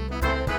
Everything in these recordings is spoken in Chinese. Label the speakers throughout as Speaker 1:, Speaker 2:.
Speaker 1: 好的，好的，
Speaker 2: 好的，好的，好的，好的，好多，好的，
Speaker 3: 好的，好的，好的，好的，好的，好的，
Speaker 4: 好的，好的，
Speaker 5: 好的，好的，好的，好的，好的，好的，好好的，好的，好的，好的，好的，好的，好的，
Speaker 6: 好的好的，好的，好的，好的，好的，好的，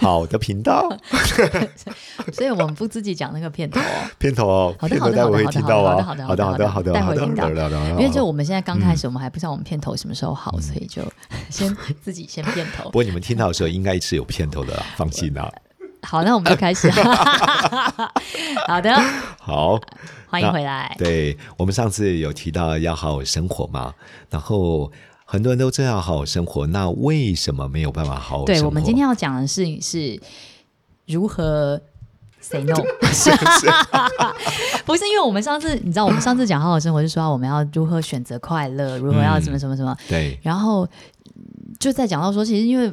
Speaker 4: 好的频道
Speaker 2: 所以我们不自己讲那个片头哦，
Speaker 4: 片头哦，
Speaker 2: 好的
Speaker 4: 片
Speaker 2: 好
Speaker 4: 头
Speaker 2: 的
Speaker 4: 待会会
Speaker 2: 好的
Speaker 4: 听到啊，
Speaker 2: 好的
Speaker 4: 好
Speaker 2: 好
Speaker 4: 的，
Speaker 2: 的
Speaker 4: 好
Speaker 2: 好
Speaker 4: 的，
Speaker 2: 的
Speaker 4: 好的，
Speaker 2: 待
Speaker 4: 好
Speaker 2: 会
Speaker 4: 的，
Speaker 2: 听到
Speaker 4: 好的，好的，
Speaker 2: 因
Speaker 4: 因
Speaker 2: 为就我们现在刚开始，我们还不知道我们片头什么时候好，所以就先自己先片头
Speaker 4: 不。过你们听到的时候应该是有片头的啦，放心啦。
Speaker 2: 好，那我们就开始。 好的，
Speaker 4: 好，
Speaker 2: 欢迎回来。
Speaker 4: 对我们上次有提到要好好生活嘛，然后很多人都知道好好生活，那为什么没有办法好好生活？
Speaker 2: 对，我们今天要讲的事情是如何 say no，不是因为我们上次你知道，我们上次讲好好生活，就说我们要如何选择快乐，如何要
Speaker 4: 嗯
Speaker 2: 什么什么什么，
Speaker 4: 对
Speaker 2: 然后嗯就在讲到说，其实因为。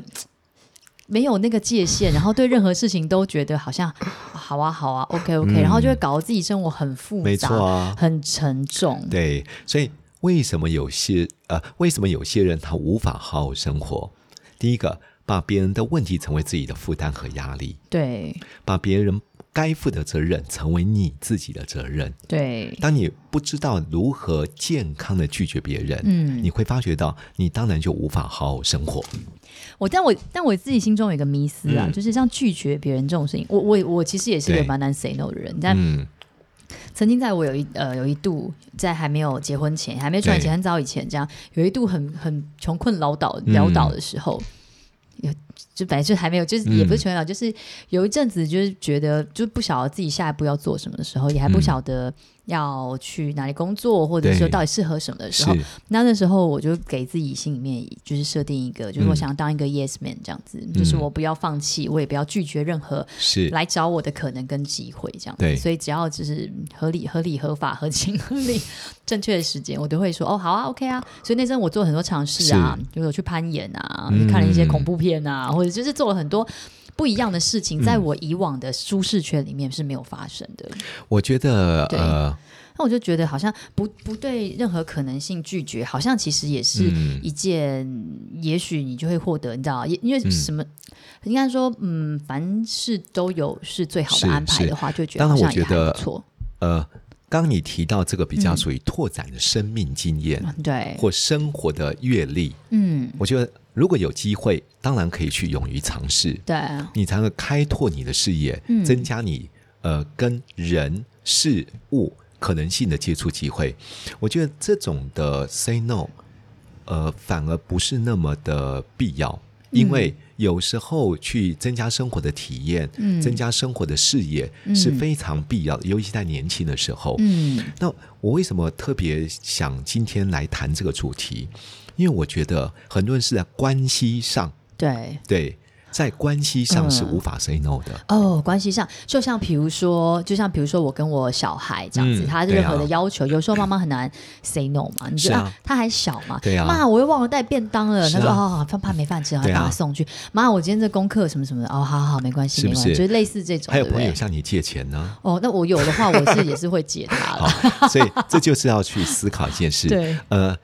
Speaker 2: 没有那个界限，然后对任何事情都觉得好像好啊好啊，OK OK，、
Speaker 4: 嗯
Speaker 2: 然后就会搞得自己生活很复杂，
Speaker 4: 没错啊
Speaker 2: 很沉重。
Speaker 4: 对，所以为什么有些呃，为什么有些人他无法好好生活？第一个，把别人的问题成为自己的负担和压力，
Speaker 2: 对
Speaker 4: 把别人该负的责任成为你自己的责任。
Speaker 2: 嗯对
Speaker 4: 当你不知道如何健康的拒绝别人，
Speaker 2: 嗯
Speaker 4: 你会发觉到你当然就无法好好生活。
Speaker 2: 我但我但我自己心中有一个迷思啊，
Speaker 4: 嗯
Speaker 2: 就是像拒绝别人这种事情，我我我其实也是一个
Speaker 4: 对
Speaker 2: 蛮难 say no 的人，但
Speaker 4: 嗯，
Speaker 2: 曾经在我有一呃有一度在还没有结婚前，还没有出来
Speaker 4: 对
Speaker 2: 前，很早以前这样，有一度很很穷困潦倒
Speaker 4: 嗯
Speaker 2: 潦倒的时候。有就本来就还没有，就是
Speaker 4: 嗯
Speaker 2: 也不是穷困潦倒，就是有一阵子就是觉得就不晓得自己下一步要做什么的时候，也还不
Speaker 4: 嗯
Speaker 2: 晓得要去哪里工作，或者
Speaker 4: 对
Speaker 2: 说到底适合什么的时
Speaker 4: 是
Speaker 2: 候，那那时候我就给自己心里面就是设定一个，就是我
Speaker 4: 嗯
Speaker 2: 想要当一个 yes man 这样子，就是我不要放弃，我也不要拒绝任何
Speaker 4: 是，
Speaker 2: 来找我的可能跟机会这样子。
Speaker 4: 嗯对
Speaker 2: 所以只要就是合理、合理、合法、合情、合理、 正确的时间，我都会说哦，好啊，OK 啊。所以那阵我做了很多尝试啊，就是我去攀岩啊，
Speaker 4: 嗯
Speaker 2: 看了一些恐怖片啊，或者就是做了很多。不一样的事
Speaker 4: 嗯
Speaker 2: 情，在我以往的舒适圈里面是没有发生的。
Speaker 4: 我觉得
Speaker 2: 对
Speaker 4: 呃，
Speaker 2: 那我就觉得好像不不对任何可能性拒绝，好像其实也是
Speaker 4: 嗯
Speaker 2: 一件，也许你就会获得，你知道，也因
Speaker 4: 嗯
Speaker 2: 为什么，应该说，嗯，凡事都有是最好
Speaker 4: 是
Speaker 2: 的安排
Speaker 4: 是
Speaker 2: 的话，就觉得
Speaker 4: 当
Speaker 2: 好
Speaker 4: 然
Speaker 2: 像
Speaker 4: 我觉
Speaker 2: 也还
Speaker 4: 得
Speaker 2: 不错，
Speaker 4: 呃，刚你提到这个比较
Speaker 2: 嗯
Speaker 4: 属于拓展的生命经验、
Speaker 2: 对，
Speaker 4: 或生活的阅历，
Speaker 2: 嗯，
Speaker 4: 我觉得如果有机会，当然可以去勇于尝试，
Speaker 2: 对，
Speaker 4: 你才能开拓你的视野，
Speaker 2: 嗯
Speaker 4: 增加你呃跟人事物可能性的接触机会。我觉得这种的 say no，呃，反而不是那么的必要，
Speaker 2: 嗯
Speaker 4: 因为有时候去增加生活的体验，
Speaker 2: 嗯
Speaker 4: 增加生活的视野
Speaker 2: 嗯
Speaker 4: 是非常必要的，尤其在年轻的时候。
Speaker 2: 嗯，
Speaker 4: 那我为什么特别想今天来谈这个主题？因为我觉得很多人是在关系上，
Speaker 2: 对。
Speaker 4: 对，在关系上是
Speaker 2: 嗯
Speaker 4: 无法 say no 的。
Speaker 2: 哦，关系上，就像比如说，就像比如说，我跟我小孩这样子，
Speaker 4: 嗯
Speaker 2: 他
Speaker 4: 对
Speaker 2: 任何
Speaker 4: 啊
Speaker 2: 的要求，有时候妈妈很难 say no 嘛，你觉
Speaker 4: 是
Speaker 2: 得、
Speaker 4: 啊
Speaker 2: 他还小嘛，
Speaker 4: 对啊
Speaker 2: 妈，我又忘了带便当了，
Speaker 4: 是
Speaker 2: 他
Speaker 4: 啊
Speaker 2: 说哦，怕怕没饭吃，然后
Speaker 4: 对啊
Speaker 2: 把他送去，妈，我今天这功课什么什么的，哦，好好好没关系，
Speaker 4: 是
Speaker 2: 没
Speaker 4: 不
Speaker 2: 关
Speaker 4: 是
Speaker 2: 系，就是类似这种，
Speaker 4: 还有
Speaker 2: 对不
Speaker 4: 朋
Speaker 2: 对
Speaker 4: 友向你借钱呢，
Speaker 2: 哦，那我有的话，我是也是会解他了，
Speaker 4: 好，所以这就是要去思考一件事。
Speaker 2: 对，
Speaker 4: 呃，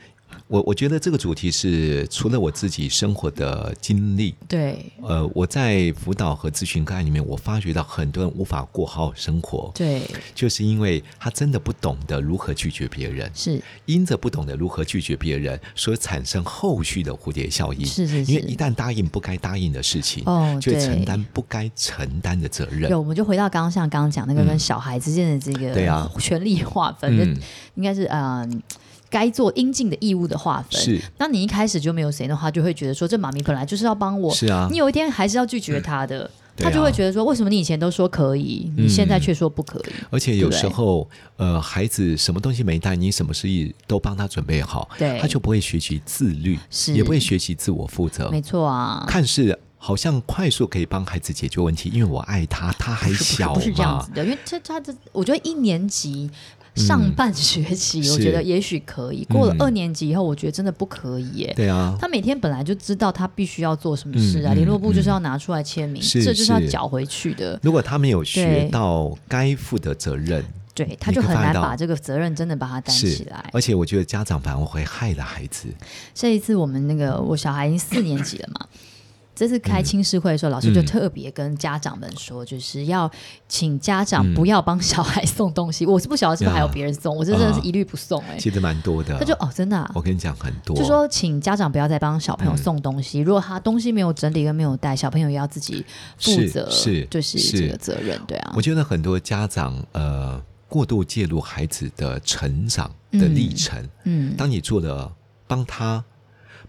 Speaker 4: 我我觉得这个主题是除了我自己生活的经历，
Speaker 2: 对
Speaker 4: 呃，我在辅导和咨询个案里面，我发觉到很多人无法过好生活，
Speaker 2: 对
Speaker 4: 就是因为他真的不懂得如何拒绝别人。
Speaker 2: 是
Speaker 4: 因着不懂得如何拒绝别人，所产生后续的蝴蝶效应。
Speaker 2: 是是
Speaker 4: 因为一
Speaker 2: 是，
Speaker 4: 旦答应不该答应的事情，
Speaker 2: 哦
Speaker 4: 就会
Speaker 2: 对
Speaker 4: 承担不该承担的责任
Speaker 2: 有。我们就回到刚刚像刚刚讲那个
Speaker 4: 嗯
Speaker 2: 跟小孩之间的这个
Speaker 4: 对啊
Speaker 2: 权力划分，就
Speaker 4: 嗯，
Speaker 2: 应该是呃该做应尽的义务的划分。
Speaker 4: 是
Speaker 2: 当你一开始就没有谁的话，就会觉得说这妈咪本来就是要帮我，
Speaker 4: 是啊嗯
Speaker 2: 你，有一天还是要拒绝他的，
Speaker 4: 对
Speaker 2: 他就会
Speaker 4: 啊
Speaker 2: 觉得说为什么你以前都说可以，你
Speaker 4: 嗯
Speaker 2: 现在却说不可以？
Speaker 4: 而且有
Speaker 2: 对
Speaker 4: 时候，呃，孩子什么东西没带，你什么事情都帮他准备好，
Speaker 2: 对
Speaker 4: 他就不会学习自律，
Speaker 2: 是
Speaker 4: 也不会学习自我负责。
Speaker 2: 没错啊，
Speaker 4: 看似好像快速可以帮孩子解决问题，因为我爱他，他还
Speaker 2: 不是
Speaker 4: 小
Speaker 2: 不是这样
Speaker 4: 嘛
Speaker 2: 子，的，因为这他的，我觉得一年级。上半学期，我觉
Speaker 4: 嗯是
Speaker 2: 得也许可以。过了
Speaker 4: 嗯
Speaker 2: 二年级以后，我觉得真的不可以耶。
Speaker 4: 对啊，
Speaker 2: 他每天本来就知道他必须要做什么事啊，
Speaker 4: 嗯嗯
Speaker 2: 联络部就是要拿出来签名，
Speaker 4: 是
Speaker 2: 这就是要
Speaker 4: 是
Speaker 2: 缴回去的。
Speaker 4: 如果他没有学
Speaker 2: 对
Speaker 4: 到该负的责任，
Speaker 2: 对，他
Speaker 4: 你
Speaker 2: 就
Speaker 4: 可
Speaker 2: 很
Speaker 4: 以看
Speaker 2: 难
Speaker 4: 得到
Speaker 2: 把这个责任真的把它担起
Speaker 4: 是
Speaker 2: 来，。
Speaker 4: 而且我觉得家长反而会害了 孩子。
Speaker 2: 这一次我们那个我小孩已经四年级了 嘛。这次开亲事会的时候，老师
Speaker 4: 嗯
Speaker 2: 就特别跟家长们说，就是要请家长
Speaker 4: 嗯
Speaker 2: 不要帮小孩送东西。我是不晓得是不是还有别人送，我这真的是一律不送哎、
Speaker 4: 啊其实蛮多的。
Speaker 2: 他就哦，真的、啊，
Speaker 4: 我嗯跟你讲很多，
Speaker 2: 就说请家长不要再帮小朋友送东西，如果他东西没有整理跟没有带，小朋友也要自己负
Speaker 4: 是
Speaker 2: 责，
Speaker 4: 是
Speaker 2: 就是
Speaker 4: 是
Speaker 2: 这个责任，对啊
Speaker 4: 我，觉得很多家长呃过度介入孩子的成长的历程，
Speaker 2: 嗯，
Speaker 4: 当你做了帮他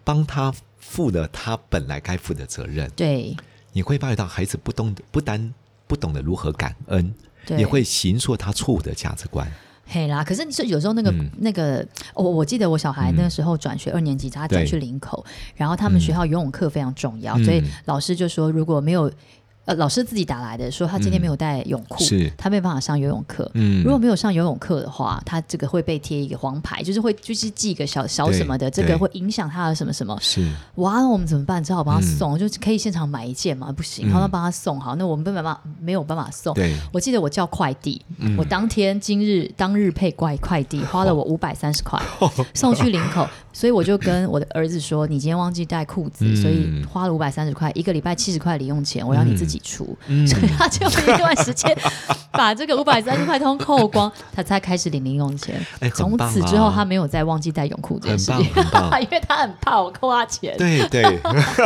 Speaker 4: 帮他负了他本来该负的责任，
Speaker 2: 对
Speaker 4: 你会发觉到孩子不懂不单不懂得如何感恩，
Speaker 2: 对，
Speaker 4: 也会形塑他错误的价值观。
Speaker 2: 嘿啦，可是你说有时候那个、
Speaker 4: 嗯
Speaker 2: 那个，我、我记得我小孩那时候转学二年级，他转去林口，然后他们学校游泳课非常重要，
Speaker 4: 嗯
Speaker 2: 所以老师就说如果没有。呃，老师自己打来的，说他今天没有带泳裤，
Speaker 4: 嗯是
Speaker 2: 他没有办法上游泳课。
Speaker 4: 嗯
Speaker 2: 如果没有上游泳课的话，他这个会被贴一个黄牌，就是会就是记一个小小什么的，这
Speaker 4: 对
Speaker 2: 个
Speaker 4: 对
Speaker 2: 会影响他的什么什么。
Speaker 4: 是
Speaker 2: 哇，那我们怎么办？只好帮
Speaker 4: 嗯
Speaker 2: 他送，就是可以现场买一件嘛？不行，然后帮他送好，那我们没办法，没有办法送。
Speaker 4: 对
Speaker 2: 我记得我叫快递，
Speaker 4: 嗯
Speaker 2: 我当天今日当日配快快递，花
Speaker 4: 哦
Speaker 2: 了我五百三十块送去林口，所以我就跟我的儿子说：“你今天忘记带裤子，
Speaker 4: 嗯
Speaker 2: 所以花了五百三十块，一个礼拜七十块零用钱，我要你自己出。
Speaker 4: 嗯
Speaker 2: 所以他就一段时间把这个五百三十块通扣光，他才开始领零用钱。
Speaker 4: 哎很
Speaker 2: 从
Speaker 4: 棒啊
Speaker 2: 此之后，他没有再忘记带泳裤这件事情，
Speaker 4: 很棒很 棒
Speaker 2: 因为他很怕我扣他钱。
Speaker 4: 对 对，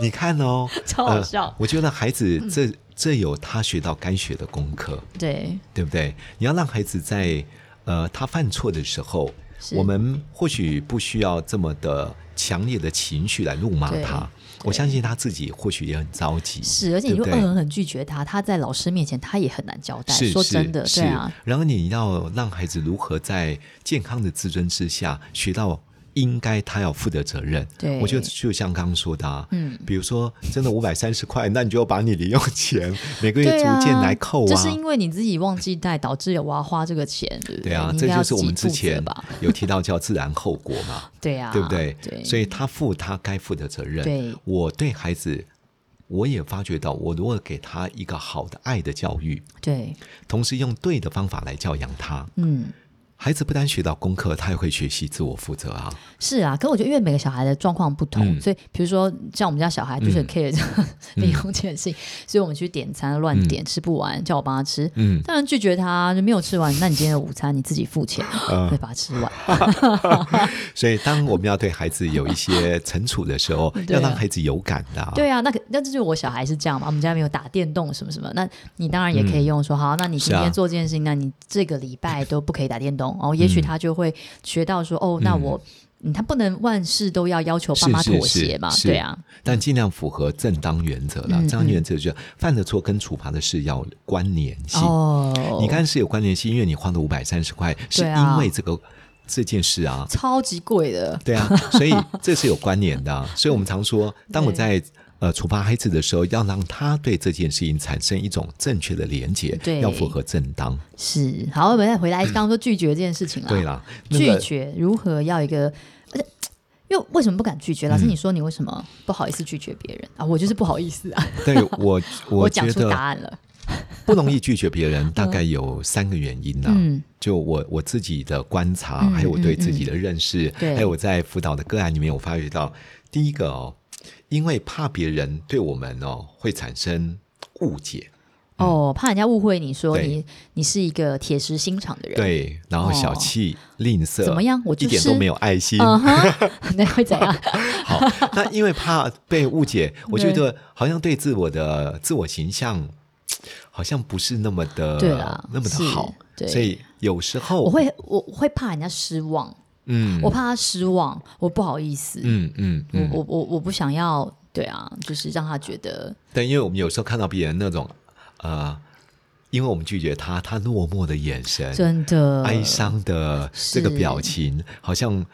Speaker 4: 你看哦，
Speaker 2: 超好笑嗯
Speaker 4: 我觉得孩子这这有他学到该学的功课。
Speaker 2: 对
Speaker 4: 对不对？你要让孩子在呃他犯错的时候，
Speaker 2: 是
Speaker 4: 我们或许不需要这么的强烈的情绪来怒骂
Speaker 2: 对
Speaker 4: 他。我相信他自己或许也很着急，
Speaker 2: 是，而且你就
Speaker 4: 对不
Speaker 2: 恶
Speaker 4: 对
Speaker 2: 狠狠拒绝他，他在老师面前他也很难交代。
Speaker 4: 是
Speaker 2: 说
Speaker 4: 是
Speaker 2: 真的，
Speaker 4: 是
Speaker 2: 对啊，
Speaker 4: 然后你要让孩子如何在健康的自尊之下学到。应该他要负的责任，
Speaker 2: 对
Speaker 4: 我觉得就像刚刚说的、啊，
Speaker 2: 嗯，
Speaker 4: 比如说真的五百三十块，那你就把你零用 钱每个月
Speaker 2: 对
Speaker 4: 逐渐来扣
Speaker 2: 这
Speaker 4: 啊，
Speaker 2: 是因为你自己忘记带，导致我要花这个钱，对不
Speaker 4: 对
Speaker 2: 对
Speaker 4: 啊，
Speaker 2: 你应
Speaker 4: 这
Speaker 2: 该要
Speaker 4: 就是我们
Speaker 2: 自
Speaker 4: 之
Speaker 2: 己负责
Speaker 4: 前
Speaker 2: 吧，
Speaker 4: 有提到叫自然后果嘛，
Speaker 2: 对 啊，
Speaker 4: 对不对？
Speaker 2: 对，
Speaker 4: 所
Speaker 2: 以
Speaker 4: 以他负他该负的责任。
Speaker 2: 对
Speaker 4: 我对孩子，我也发觉到，我如果给他一个好的爱的教育，
Speaker 2: 对，
Speaker 4: 同时用对的方法来教养他，
Speaker 2: 嗯，
Speaker 4: 孩子不单学到功课，他也会学习自我负责啊。
Speaker 2: 是啊。可我觉得，因为每个小孩的状况不同，
Speaker 4: 嗯
Speaker 2: 所以比如说像我们家小孩就是很 care 这个零用钱的事情，所以我们去点餐乱点，吃不完叫我帮他吃。
Speaker 4: 嗯，
Speaker 2: 当然拒绝他，就没有吃完。那你今天的午餐你自己付钱，
Speaker 4: 呃
Speaker 2: 会把它吃完。
Speaker 4: 所以当我们要对孩子有一些惩处的时候，
Speaker 2: 对
Speaker 4: 要
Speaker 2: 啊
Speaker 4: 让孩子有感的、啊。
Speaker 2: 对啊，那可那这就是我小孩是这样嘛，我们家没有打电动什么什么，那你当然也可以用说、好，那你今
Speaker 4: 嗯是啊
Speaker 2: 天做这件事情，那你这个礼拜都不可以打电动，哦，也
Speaker 4: 嗯
Speaker 2: 许他就会学到说、哦，那我、嗯、他不能万事都要要求爸妈
Speaker 4: 是是
Speaker 2: 妥协嘛，
Speaker 4: 是是
Speaker 2: 对啊，
Speaker 4: 但尽量符合正当原则啦。
Speaker 2: 嗯
Speaker 4: 正当原则就是犯的错跟处罚的事要关联性。
Speaker 2: 哦，
Speaker 4: 你看是有关联性，因为你花了五百三十块，是
Speaker 2: 对啊
Speaker 4: 因为这个、这件事啊。
Speaker 2: 超级贵的，
Speaker 4: 对啊，所以这是有关联的啊、 所以我们常说，当我在呃处罚孩子的时候，要让他对这件事情产生一种正确的连结，
Speaker 2: 对啊
Speaker 4: 要符合正当。
Speaker 2: 是好，我们再回来刚刚说拒绝这件事情啦，
Speaker 4: 嗯对啦，那
Speaker 2: 拒
Speaker 4: 个
Speaker 2: 绝如何要一个，而且。因为为什么不敢拒绝？老
Speaker 4: 嗯
Speaker 2: 师，你说你为什么不好意思拒绝别人、啊？我就是不好意思啊，
Speaker 4: 对 我
Speaker 2: 我
Speaker 4: 我
Speaker 2: 讲
Speaker 4: 觉
Speaker 2: 出答
Speaker 4: 得啊
Speaker 2: 案了。
Speaker 4: 不容易拒绝别 人，大概有三个原因呢、
Speaker 2: 嗯，
Speaker 4: 就我我自己的观察，
Speaker 2: 嗯
Speaker 4: 还有我对自己的认识，
Speaker 2: 对
Speaker 4: 还有我在辅导的个案里面，我发觉到第一个哦，因为怕别人对我们哦会产生误解，
Speaker 2: 哦，怕人家误会你说
Speaker 4: 嗯对
Speaker 2: 你你是一个铁石心肠的人，，
Speaker 4: 对，然后小
Speaker 2: 哦
Speaker 4: 气、吝啬，
Speaker 2: 怎么样我就
Speaker 4: 一点
Speaker 2: 是
Speaker 4: 都没有爱心。
Speaker 2: 嗯哼， 那会怎 样？
Speaker 4: 好，那因为怕被 误解，我觉得好像对自我的自我形象，好像不是那么的
Speaker 2: 对啦
Speaker 4: 那么的
Speaker 2: 是
Speaker 4: 好，
Speaker 2: 对
Speaker 4: 所以有时候
Speaker 2: 我会我我会怕人家失望，
Speaker 4: 嗯，
Speaker 2: 我怕他失望，我不好意思，
Speaker 4: 嗯嗯嗯，
Speaker 2: 我我我我不想要，对啊，就是让他觉得
Speaker 4: 但因为我们有时候看到别人那种呃，因为我们拒绝他，他落寞的眼神，
Speaker 2: 真的
Speaker 4: 哀，伤的这个
Speaker 2: 是
Speaker 4: 表情，好像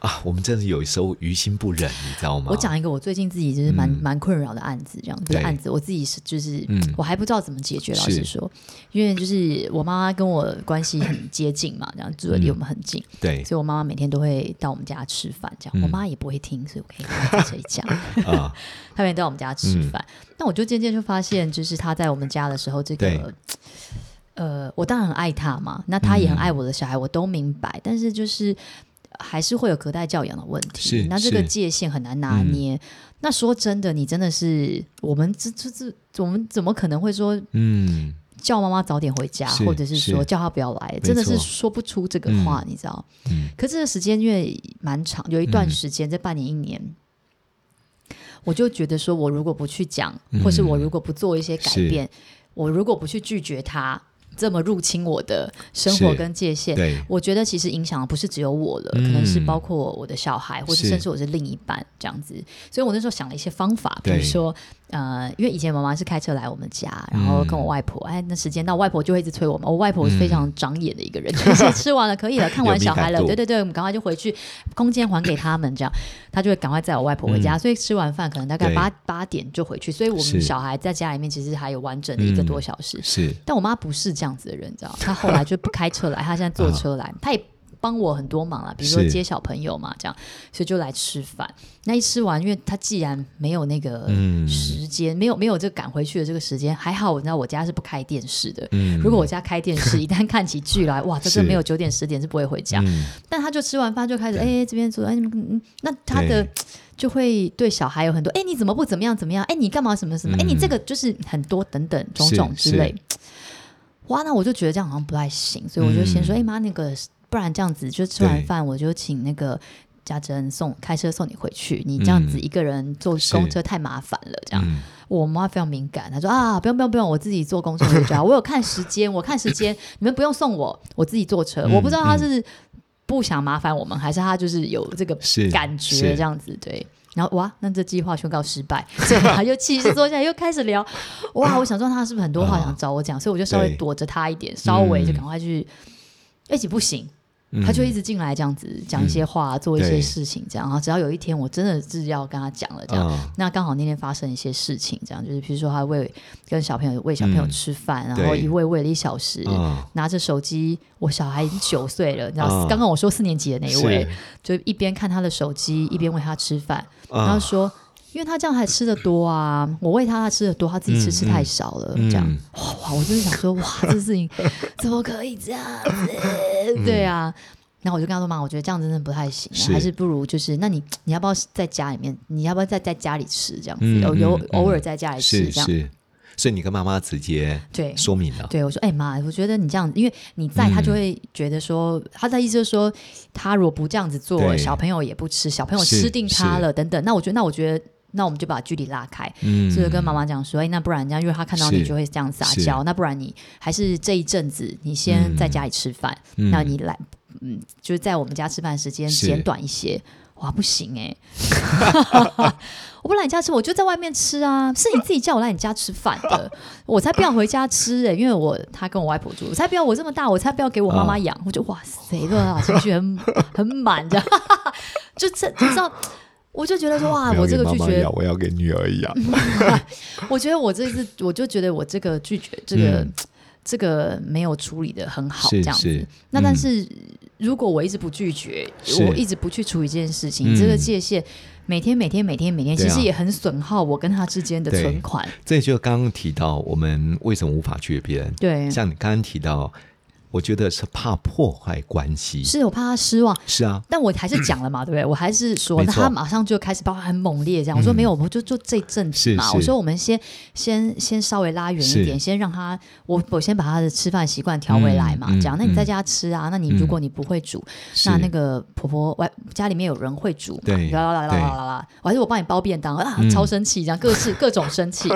Speaker 4: 啊，我们真的有时候于心不忍，你知道吗？
Speaker 2: 我讲一个我最近自己就是蛮
Speaker 4: 嗯
Speaker 2: 蛮困扰的案子，这样这
Speaker 4: 对
Speaker 2: 个案子我自己是就是
Speaker 4: 嗯
Speaker 2: 我还不知道怎么解决，
Speaker 4: 是
Speaker 2: 老实说，因为就是我妈妈跟我关系很接近嘛，这样住的离我们很近，
Speaker 4: 对
Speaker 2: 所以我妈妈每天都会到我们家吃饭，这样、
Speaker 4: 嗯
Speaker 2: 我妈也不会听，所以我可以跟她在这里讲，
Speaker 4: 啊，嗯
Speaker 2: 她每天到我们家吃饭。那我就渐渐就发现，就是她在我们家的时候，这
Speaker 4: 对
Speaker 2: 个呃，我当然很爱他嘛，那他也很爱我的小孩，我都明白，但是就是。还是会有隔代教养的问题，
Speaker 4: 是
Speaker 2: 那这个
Speaker 4: 是嗯
Speaker 2: 界限很难拿捏。那说真的，你真的是我们这这这，我们怎么可能会说
Speaker 4: 嗯，
Speaker 2: 叫妈妈早点回家，
Speaker 4: 是
Speaker 2: 或者是说
Speaker 4: 是
Speaker 2: 叫她不要来，
Speaker 4: 错
Speaker 2: 真的是说不出这个话，你知道？
Speaker 4: 嗯
Speaker 2: 可这个时间因为蛮长，有一段
Speaker 4: 嗯
Speaker 2: 时间，这半年一年，我就觉得说，我如果不去讲，
Speaker 4: 嗯
Speaker 2: 或是我如果不做一些改
Speaker 4: 是
Speaker 2: 变，我如果不去拒绝他这么入侵我的生活
Speaker 4: 是
Speaker 2: 跟界限。
Speaker 4: 对，
Speaker 2: 我觉得其实影响的不是只有我了，
Speaker 4: 嗯
Speaker 2: 可能是包括我的小孩，或者
Speaker 4: 是
Speaker 2: 甚至我是另一半这样子。所以我那时候想了一些方法，比
Speaker 4: 对
Speaker 2: 如说，呃，因为以前妈妈是开车来我们家，然后跟我外婆，哎，那时间到，外婆就会一直催我们。我外婆是非常长眼的一个人，就是吃完了可以了，看完小孩了，
Speaker 4: 有敏感度
Speaker 2: 对对对，我们赶快就回去，空间还给他们，这样他就会赶快载我外婆回家。所以吃完饭可能大概
Speaker 4: 嗯对
Speaker 2: 八八点就回去，所以我
Speaker 4: 是嗯
Speaker 2: 们小孩在家里面其实还有完整的一个多小时。
Speaker 4: 是
Speaker 2: 但我妈不是这样子的人，你知道，她后来就不开车来，她现在坐车 来，她也帮我很多忙啦，比如说
Speaker 4: 啊是
Speaker 2: 接小朋友嘛，这样，所以就来吃饭。那一吃完，因为她既然没有那个
Speaker 4: 嗯
Speaker 2: 时间，没有没有这个赶回去的这个时间，还好，你知道我家是不开电视的。
Speaker 4: 嗯
Speaker 2: 如果我家开电视，一旦看起剧来，哇，这
Speaker 4: 是
Speaker 2: 真没有九点十点是不会回家。
Speaker 4: 嗯
Speaker 2: 但他就吃完饭就开始，哎、这边做，哎，你们嗯，嗯那他的
Speaker 4: 对
Speaker 2: 就会对小孩有很多，哎，你怎么不怎么样怎么样？哎，你干嘛什么什
Speaker 4: 嗯
Speaker 2: 么？哎、你这个就是很多等等种种之类。哇，那我就觉得这样好像不太行，所以我就先说，
Speaker 4: 嗯
Speaker 2: 哎、妈，那个不然这样子，就吃完
Speaker 4: 对
Speaker 2: 饭我就请那个。家珍送开车送你回去，你这样子
Speaker 4: 嗯
Speaker 2: 一个人坐
Speaker 4: 是
Speaker 2: 公车太麻烦了。这样，
Speaker 4: 嗯
Speaker 2: 我妈非常敏感，她说啊，不用不用不用，我自己坐公车回家。 我有看时间，我看时间，你们不用送我，我自己坐车。
Speaker 4: 嗯
Speaker 2: 我不知道她是不想麻烦我们，还是她就是有这个
Speaker 4: 是
Speaker 2: 感
Speaker 4: 是
Speaker 2: 觉这样子对。然后哇，那这计划宣告失败， 所以她又气势坐下来，又开始聊。 哇，我想说她是不是很多话想找我讲，所以我就稍微
Speaker 4: 对
Speaker 2: 躲着她一点，稍微就
Speaker 4: 嗯
Speaker 2: 赶快去。一起不行，
Speaker 4: 嗯
Speaker 2: 她就一直进来这样子讲一些话，做一些
Speaker 4: 对
Speaker 2: 事情这样。然后只要有一天我真的是要跟她讲了这样，
Speaker 4: 啊
Speaker 2: 那刚好那天发生一些事情，这样就是比如说他喂跟小朋友喂小朋友
Speaker 4: 嗯
Speaker 2: 吃饭，然
Speaker 4: 对
Speaker 2: 后一喂喂了一小时。
Speaker 4: 啊，
Speaker 2: 拿着手机，我小孩已经九岁了，你知道，
Speaker 4: 啊
Speaker 2: 刚刚我说四年级的那一
Speaker 4: 是
Speaker 2: 位，就一边看他的手机，一边喂他吃饭，然后
Speaker 4: 啊
Speaker 2: 说，因为他这样还吃的多啊，我喂他他吃的多，他自己吃
Speaker 4: 嗯
Speaker 2: 吃太少了，
Speaker 4: 嗯
Speaker 2: 这样，哇哇，我真的想说，哇， 这事情怎么可以这样子？对啊。然后我就跟他说：“妈，我觉得这样真的不太行、啊，
Speaker 4: 嗯是
Speaker 2: 还是不如就是，那你你要不要在家里面？你要不要再在家里吃这样子？
Speaker 4: 嗯
Speaker 2: 有有
Speaker 4: 嗯嗯
Speaker 2: 偶尔在家里吃
Speaker 4: 是
Speaker 2: 这样。
Speaker 4: 是，所以你跟妈妈直接
Speaker 2: 对
Speaker 4: 说明了，
Speaker 2: 对，我说：哎、妈，我觉得你这样，因为你在，他
Speaker 4: 嗯
Speaker 2: 就会觉得说，他的意思就是说，他如果不这样子做，
Speaker 4: 对
Speaker 2: 小朋友也不吃，小朋友
Speaker 4: 是
Speaker 2: 吃定他
Speaker 4: 是
Speaker 2: 了等等。那我觉得，那我觉得，那我们就把距离拉开。
Speaker 4: 嗯
Speaker 2: 所以跟妈妈讲说，哎、那不然这样，因为她看到你
Speaker 4: 是
Speaker 2: 就会这样撒
Speaker 4: 是
Speaker 2: 娇，那不然你还是这一阵子你先在家里吃饭，
Speaker 4: 嗯
Speaker 2: 那你来，嗯，就是在我们家吃饭时间
Speaker 4: 是
Speaker 2: 减短一些。哇，不行 哎、我不来你家吃，我就在外面吃啊。是你自己叫我来你家吃饭 的，我才不要回家吃哎、因为我他跟我外婆住，我才不要我这么大，我才不要给我妈
Speaker 4: 啊
Speaker 2: 妈养。我就哇塞，这啊，情绪很 很满的， 就这你知道，我就觉 得说哇，
Speaker 4: 不要
Speaker 2: 我这
Speaker 4: 给
Speaker 2: 个
Speaker 4: 妈
Speaker 2: 拒
Speaker 4: 妈
Speaker 2: 绝嗯
Speaker 4: 养我要给女儿养，
Speaker 2: 我觉得我这次我就觉得我这个拒绝这个、
Speaker 4: 嗯
Speaker 2: 这个没有处理的很好，这
Speaker 4: 是
Speaker 2: 样子。
Speaker 4: 是
Speaker 2: 那但
Speaker 4: 嗯
Speaker 2: 是如果我一直不拒绝，
Speaker 4: 是
Speaker 2: 我一直不去处理这件事情，
Speaker 4: 嗯
Speaker 2: 这个界限每天每天每天每天，
Speaker 4: 对
Speaker 2: 其
Speaker 4: 啊
Speaker 2: 实也很损耗我跟他之间的
Speaker 4: 对
Speaker 2: 存款。
Speaker 4: 这就刚刚提到我们为什么无法拒绝别人，
Speaker 2: 对，
Speaker 4: 像你刚刚提到，我觉得是怕破坏关系，
Speaker 2: 是我怕他失望。
Speaker 4: 是啊，
Speaker 2: 但我还是讲了 嘛，对不对？我还是说，
Speaker 4: 没
Speaker 2: 那
Speaker 4: 错
Speaker 2: 他马上就开始把我很猛烈这样。我说
Speaker 4: 嗯
Speaker 2: 没有，我就就这一阵子
Speaker 4: 是
Speaker 2: 嘛。
Speaker 4: 是
Speaker 2: 我说我们先先先稍微拉远一
Speaker 4: 是
Speaker 2: 点，先让他我我先把他的吃饭习惯调回来嘛。
Speaker 4: 嗯嗯
Speaker 2: 这样，那你在
Speaker 4: 嗯
Speaker 2: 家吃啊，那你
Speaker 4: 嗯
Speaker 2: 如果你不会煮，
Speaker 4: 是
Speaker 2: 那那个婆婆外家里面有人会煮嘛，
Speaker 4: 对
Speaker 2: 啦啦啦啦
Speaker 4: 对
Speaker 2: 啦啦啦，我还是我帮你包便当啊，
Speaker 4: 嗯
Speaker 2: 超生气，这样各式 各种生气。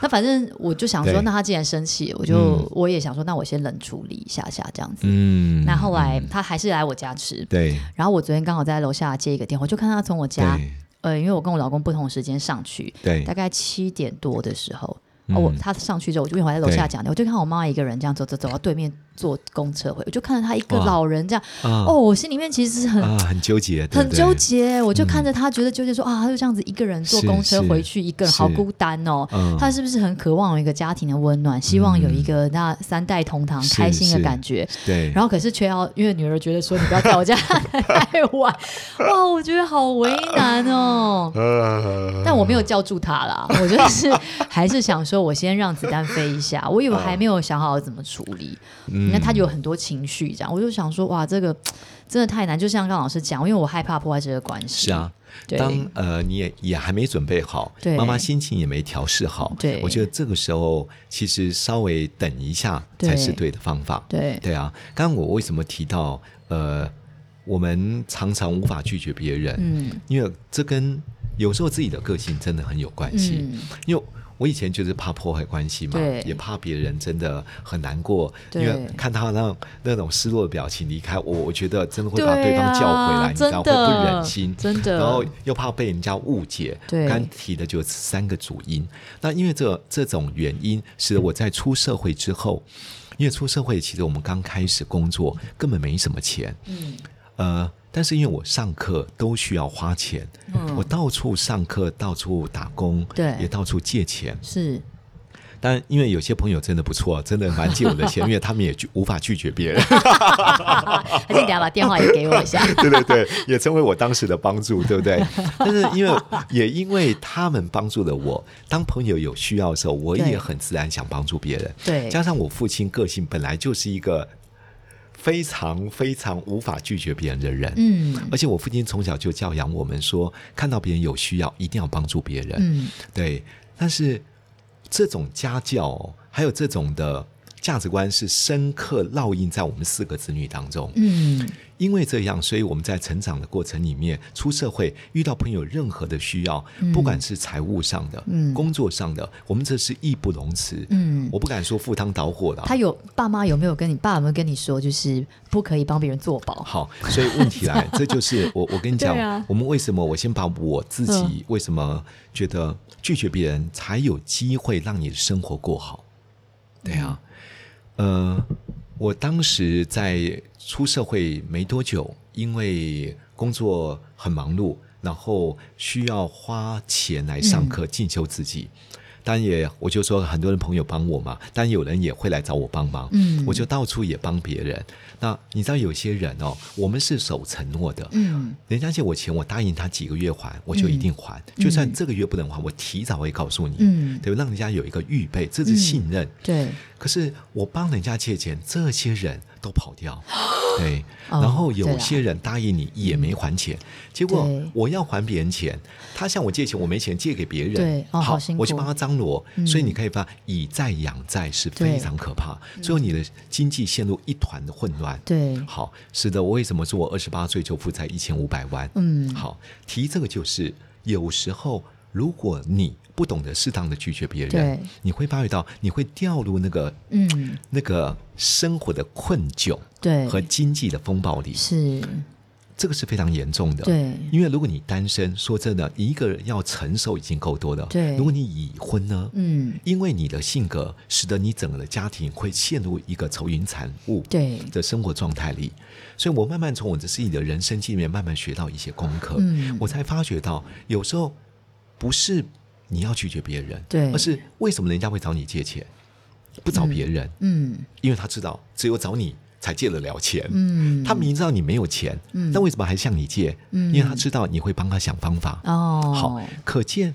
Speaker 2: 那反正我就想说，
Speaker 4: 对
Speaker 2: 那他既然生气，我就、
Speaker 4: 嗯
Speaker 2: 我也想说，那我先冷处理一下下这样子。
Speaker 4: 嗯，
Speaker 2: 那后来
Speaker 4: 嗯
Speaker 2: 他还是来我家吃，
Speaker 4: 对
Speaker 2: 然后我昨天刚好在楼下接一个电话，就看他从我家，呃，因为我跟我老公不同时间上去，
Speaker 4: 对
Speaker 2: 大
Speaker 4: 对
Speaker 2: 概七点多的时候，哦，我
Speaker 4: 嗯
Speaker 2: 他上去之后，我就因为我还在楼下讲的，我就看我妈妈一个人这样走走走到对面坐公车回，我就看到她一个
Speaker 4: 哇
Speaker 2: 老人这样，
Speaker 4: 啊
Speaker 2: 哦，我心里面其实很
Speaker 4: 啊很纠结，对
Speaker 2: 很
Speaker 4: 不对
Speaker 2: 纠，结，我就看着他，觉得纠结说、啊，他就这样子一个人坐
Speaker 4: 是
Speaker 2: 公车
Speaker 4: 是
Speaker 2: 回去，一个人
Speaker 4: 是
Speaker 2: 好孤单哦。
Speaker 4: 嗯
Speaker 2: 他是不是很渴望有一个家庭的温暖，希望有一个那三代同堂、
Speaker 4: 是
Speaker 2: 开心的
Speaker 4: 是
Speaker 2: 感觉？
Speaker 4: 对，
Speaker 2: 然后可是却要，因为女儿觉得说你不要在我家 太晚，哇，我觉得好为 难哦。但我没有叫住他啦，我就是还是想说，候，我先让子弹飞一下，我以为还没有想好怎么处理，
Speaker 4: 嗯
Speaker 2: 那他有很多情绪，这样我就想说，哇，这个真的太难。就像刚老师讲，因为我害怕破坏这个关系，
Speaker 4: 是啊，
Speaker 2: 对，
Speaker 4: 当呃你也也还没准备好，
Speaker 2: 对
Speaker 4: 妈妈心情也没调试好，
Speaker 2: 对
Speaker 4: 我觉得这个时候其实稍微等一下
Speaker 2: 对
Speaker 4: 才是对的方法。
Speaker 2: 对
Speaker 4: 对啊，刚刚我为什么提到呃，我们常常无法拒绝别人，
Speaker 2: 嗯
Speaker 4: 因为这跟有时候自己的个性真的很有关系。
Speaker 2: 嗯，
Speaker 4: 因为我以前就是怕破坏关系嘛
Speaker 2: 对，
Speaker 4: 也怕别人真的很难过，因
Speaker 2: 对
Speaker 4: 为看他那那种失落的表情离开我，我觉得真的会
Speaker 2: 对
Speaker 4: 把对方叫回来，
Speaker 2: 啊
Speaker 4: 你知
Speaker 2: 真
Speaker 4: 道会
Speaker 2: 的
Speaker 4: 不忍心。
Speaker 2: 啊真的，
Speaker 4: 然后又怕被人家误解，
Speaker 2: 对
Speaker 4: 刚提的就是三个主因。那因为这这种原因，使得我在出社会之后，因为出社会其实我们刚开始工作根本没什么钱，
Speaker 2: 嗯
Speaker 4: 呃，但是因为我上课都需要花钱，我
Speaker 2: 嗯，
Speaker 4: 到处上课，到处打工，
Speaker 2: 对
Speaker 4: 也到处借钱。
Speaker 2: 是
Speaker 4: 但因为有些朋友真的不错，真的蛮借我 的钱，因为他们也拒无法拒绝别人，
Speaker 2: 还是你等一下把电话也给我一 下。
Speaker 4: 对对对，也成为我当时的帮助，对 不对？但是因为也因为他们帮助了我，当朋友有需要的时候，我
Speaker 2: 对
Speaker 4: 也很自然想帮助别人。
Speaker 2: 对，
Speaker 4: 加上我父亲个性本来就是一个非常非常无法拒绝别人的人，
Speaker 2: 嗯
Speaker 4: 而且我父亲从小就教养我们说，看到别人有需要，一定要帮助别人。
Speaker 2: 嗯，
Speaker 4: 对，但是这种家教哦还有这种的价值观是深刻烙印在我们四个子女当中。
Speaker 2: 嗯，
Speaker 4: 因为这样，所以我们在成长的过程里面，出社会遇到朋友任何的需要，不管是财务上的、
Speaker 2: 嗯
Speaker 4: 工作上的，我们这是义不容辞。
Speaker 2: 嗯
Speaker 4: 我不敢说赴汤蹈火的啊。
Speaker 2: 他有爸妈有没有跟你爸有没有跟你说，就是不可以帮别人做保？
Speaker 4: 好，所以问题来，这就是我我跟你 讲，
Speaker 2: 对啊嗯
Speaker 4: 我们为什么我先把我自己为什么觉得拒绝别人才有机会让你的生活过好？对啊，
Speaker 2: 嗯
Speaker 4: 呃，我当时在出社会没多久，因为工作很忙碌，然后需要花钱来上
Speaker 2: 嗯
Speaker 4: 课进修自己。当然也，我就说很多人朋友帮我嘛，当然有人也会来找我帮忙，
Speaker 2: 嗯
Speaker 4: 我就到处也帮别人。那你知道有些人哦，我们是守承诺的，
Speaker 2: 嗯
Speaker 4: 人家借我钱，我答应他几个月还，我就一定还，就算这个月不能还，我提早会告诉你，
Speaker 2: 嗯，
Speaker 4: 对吧，让人家有一个预备，这是信任。
Speaker 2: 对，
Speaker 4: 可是我帮人家借钱，这些人都 跑掉，对，
Speaker 2: 哦
Speaker 4: 然后
Speaker 2: 对
Speaker 4: 有
Speaker 2: 啦
Speaker 4: 些人答应你也没还钱，结果
Speaker 2: 对
Speaker 4: 我要还别人钱，他向我借钱，我没钱借给别人，
Speaker 2: 对哦好
Speaker 4: 好
Speaker 2: 辛，苦
Speaker 4: 我去帮他张罗，
Speaker 2: 嗯
Speaker 4: 所以你可以发现以债养债是非常可怕，
Speaker 2: 嗯
Speaker 4: 最后你的经济陷入一团的混乱。
Speaker 2: 对，
Speaker 4: 好，是的，我为什么说我二十八岁就负债一千五百万？
Speaker 2: 嗯
Speaker 4: 好，提这个就是有时候，如果你不懂得适当的拒绝别人
Speaker 2: 对，
Speaker 4: 你会发觉到你会掉入那个
Speaker 2: 嗯，
Speaker 4: 那个生活的困窘
Speaker 2: 对，
Speaker 4: 和经济的风暴里，
Speaker 2: 是，
Speaker 4: 这个是非常严重的。。
Speaker 2: 对，
Speaker 4: 因为如果你单身，说真的，你一个人要承受已经够多了。
Speaker 2: 对
Speaker 4: 如果你已婚呢？
Speaker 2: 嗯，
Speaker 4: 因为你的性格，使得你整个的家庭会陷入一个愁云惨雾。
Speaker 2: 对，
Speaker 4: 的生活状态里，所以我慢慢从我自己的人生经验慢慢学到一些功课，
Speaker 2: 嗯
Speaker 4: 我才发觉到有时候不是你要拒绝别人，
Speaker 2: 对
Speaker 4: 而是为什么人家会找你借钱，不找别人，
Speaker 2: 嗯
Speaker 4: 因为他知道只有找你才借得了钱，
Speaker 2: 嗯，
Speaker 4: 他明知道你没有钱，
Speaker 2: 嗯
Speaker 4: 但为什么还向你借？
Speaker 2: 嗯
Speaker 4: 因为他知道你会帮他想方法。
Speaker 2: 哦，
Speaker 4: 好，可见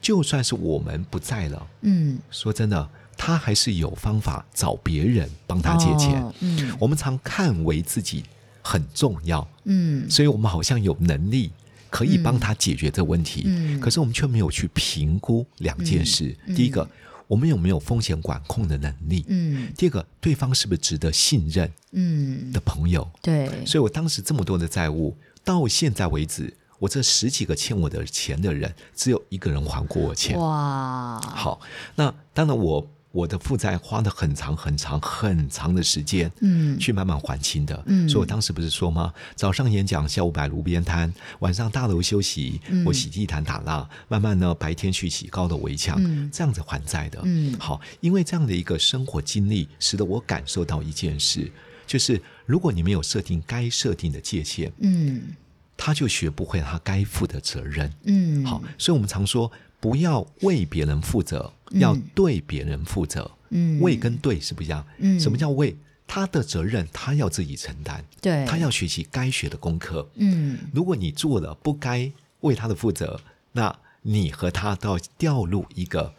Speaker 4: 就算是我们不在了，
Speaker 2: 嗯，
Speaker 4: 说真的，他还是有方法找别人帮他借钱。
Speaker 2: 哦嗯
Speaker 4: 我们常看为自己很重要，
Speaker 2: 嗯，
Speaker 4: 所以我们好像有能力可以帮他解决这问题，
Speaker 2: 嗯嗯
Speaker 4: 可是我们却没有去评估两件事：
Speaker 2: 嗯嗯
Speaker 4: 第一个，我们有没有风险管控的能力；
Speaker 2: 嗯
Speaker 4: 第二个，对方是不是值得信任
Speaker 2: 嗯，
Speaker 4: 的朋友。
Speaker 2: 对，
Speaker 4: 所以我当时这么多的债务，到现在为止，我这十几个欠我的钱的人，只有一个人还过我钱。
Speaker 2: 哇，，
Speaker 4: 好，那当然我我的负债花了很长很长很长的时间，
Speaker 2: 嗯，
Speaker 4: 去慢慢还清的。
Speaker 2: 嗯
Speaker 4: 所以我当时不是说吗？早上演讲，下午摆路边摊，晚上大楼休息，
Speaker 2: 嗯
Speaker 4: 我洗地毯打蜡，慢慢呢白天去洗高的围墙，
Speaker 2: 嗯
Speaker 4: 这样子还债的。
Speaker 2: 嗯
Speaker 4: 好，因为这样的一个生活经历，使得我感受到一件事，就是如果你没有设定该设定的界限，
Speaker 2: 嗯
Speaker 4: 他就学不会他该负的责任。
Speaker 2: 嗯，
Speaker 4: 好，，所以我们常说，不要为别人负责，要
Speaker 2: 嗯
Speaker 4: 对别人负责。
Speaker 2: 嗯，
Speaker 4: 为跟对是不一样。
Speaker 2: 嗯
Speaker 4: 什么叫为？他的责任他要自己承担，
Speaker 2: 对，
Speaker 4: 他要学习该学的功课。
Speaker 2: 嗯
Speaker 4: 如果你做了不该为他的负责，那你和他都要掉入一个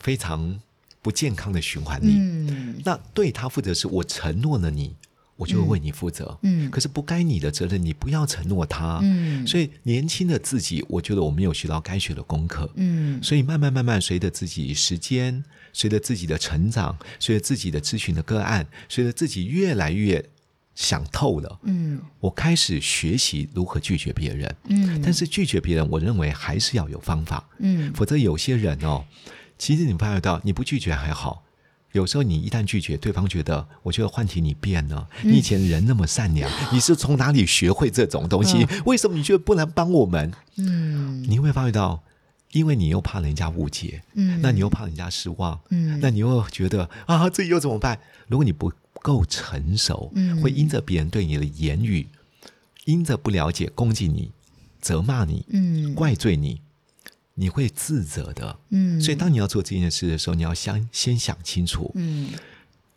Speaker 4: 非常不健康的循环里。
Speaker 2: 嗯
Speaker 4: 那对他负责是我承诺了你，我就会为你负责。
Speaker 2: 嗯
Speaker 4: 可是不该你的责任，你不要承诺他。
Speaker 2: 嗯
Speaker 4: 所以年轻的自己，我觉得我没有学到该学的功课。
Speaker 2: 嗯
Speaker 4: 所以慢慢慢慢，随着自己时间，随着自己的成长，随着自己的咨询的个案，随着自己越来越想透了，
Speaker 2: 嗯
Speaker 4: 我开始学习如何拒绝别人。
Speaker 2: 嗯，
Speaker 4: 但是拒绝别人，我认为还是要有方法，
Speaker 2: 嗯
Speaker 4: 否则有些人哦，其实你发觉到你不拒绝还好。有时候你一旦拒绝，对方觉得，我觉得换题你变了，
Speaker 2: 嗯
Speaker 4: 你以前人那么善 良，你是从哪里学会这种东西？为什么你觉得不能帮我们？
Speaker 2: 嗯
Speaker 4: 你会发觉到，因为你又怕人家误解，
Speaker 2: 嗯，
Speaker 4: 那你又怕人家失望，
Speaker 2: 嗯
Speaker 4: 那你又觉得啊，自己又怎么办？如果你不够成熟，
Speaker 2: 嗯
Speaker 4: 会因着别人对你的言语，因着不了解攻击你、责骂你、
Speaker 2: 嗯
Speaker 4: 怪罪你，你会自责的。
Speaker 2: 嗯，
Speaker 4: 所以，当你要做这件事的时候，你要先先想清楚，
Speaker 2: 嗯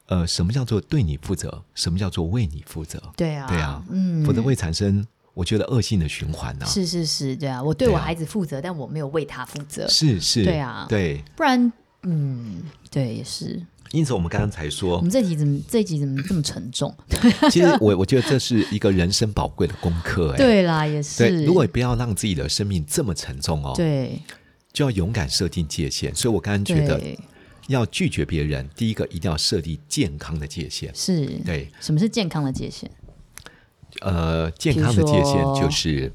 Speaker 4: 呃，什么叫做对你负责，什么叫做为你负责，
Speaker 2: 对啊
Speaker 4: 对啊
Speaker 2: 嗯，
Speaker 4: 否则会产生我觉得恶性的循环呐、
Speaker 2: 是是是，对啊，我对
Speaker 4: 对
Speaker 2: 我
Speaker 4: 啊
Speaker 2: 孩子负责，但我没有为他负责，
Speaker 4: 是是，
Speaker 2: 对啊
Speaker 4: 对。
Speaker 2: 不然嗯，对，也是。
Speaker 4: 因此，我们刚刚才说
Speaker 2: 我们，这集怎么这集怎么这么沉重？
Speaker 4: 其实我我觉得这是一个人生宝贵的功课、哎，
Speaker 2: 对啦，也
Speaker 4: 对，
Speaker 2: 是。
Speaker 4: 如果不要让自己的生命这么沉重哦，
Speaker 2: 对
Speaker 4: 就要勇敢设定界限。所以我刚刚觉得，
Speaker 2: 对
Speaker 4: 要拒绝别人，第一个一定要设立健康的界限。
Speaker 2: 是，
Speaker 4: 对，
Speaker 2: 什么是健康的界限？
Speaker 4: 呃，健康的界限
Speaker 2: 比
Speaker 4: 就
Speaker 2: 如说
Speaker 4: 是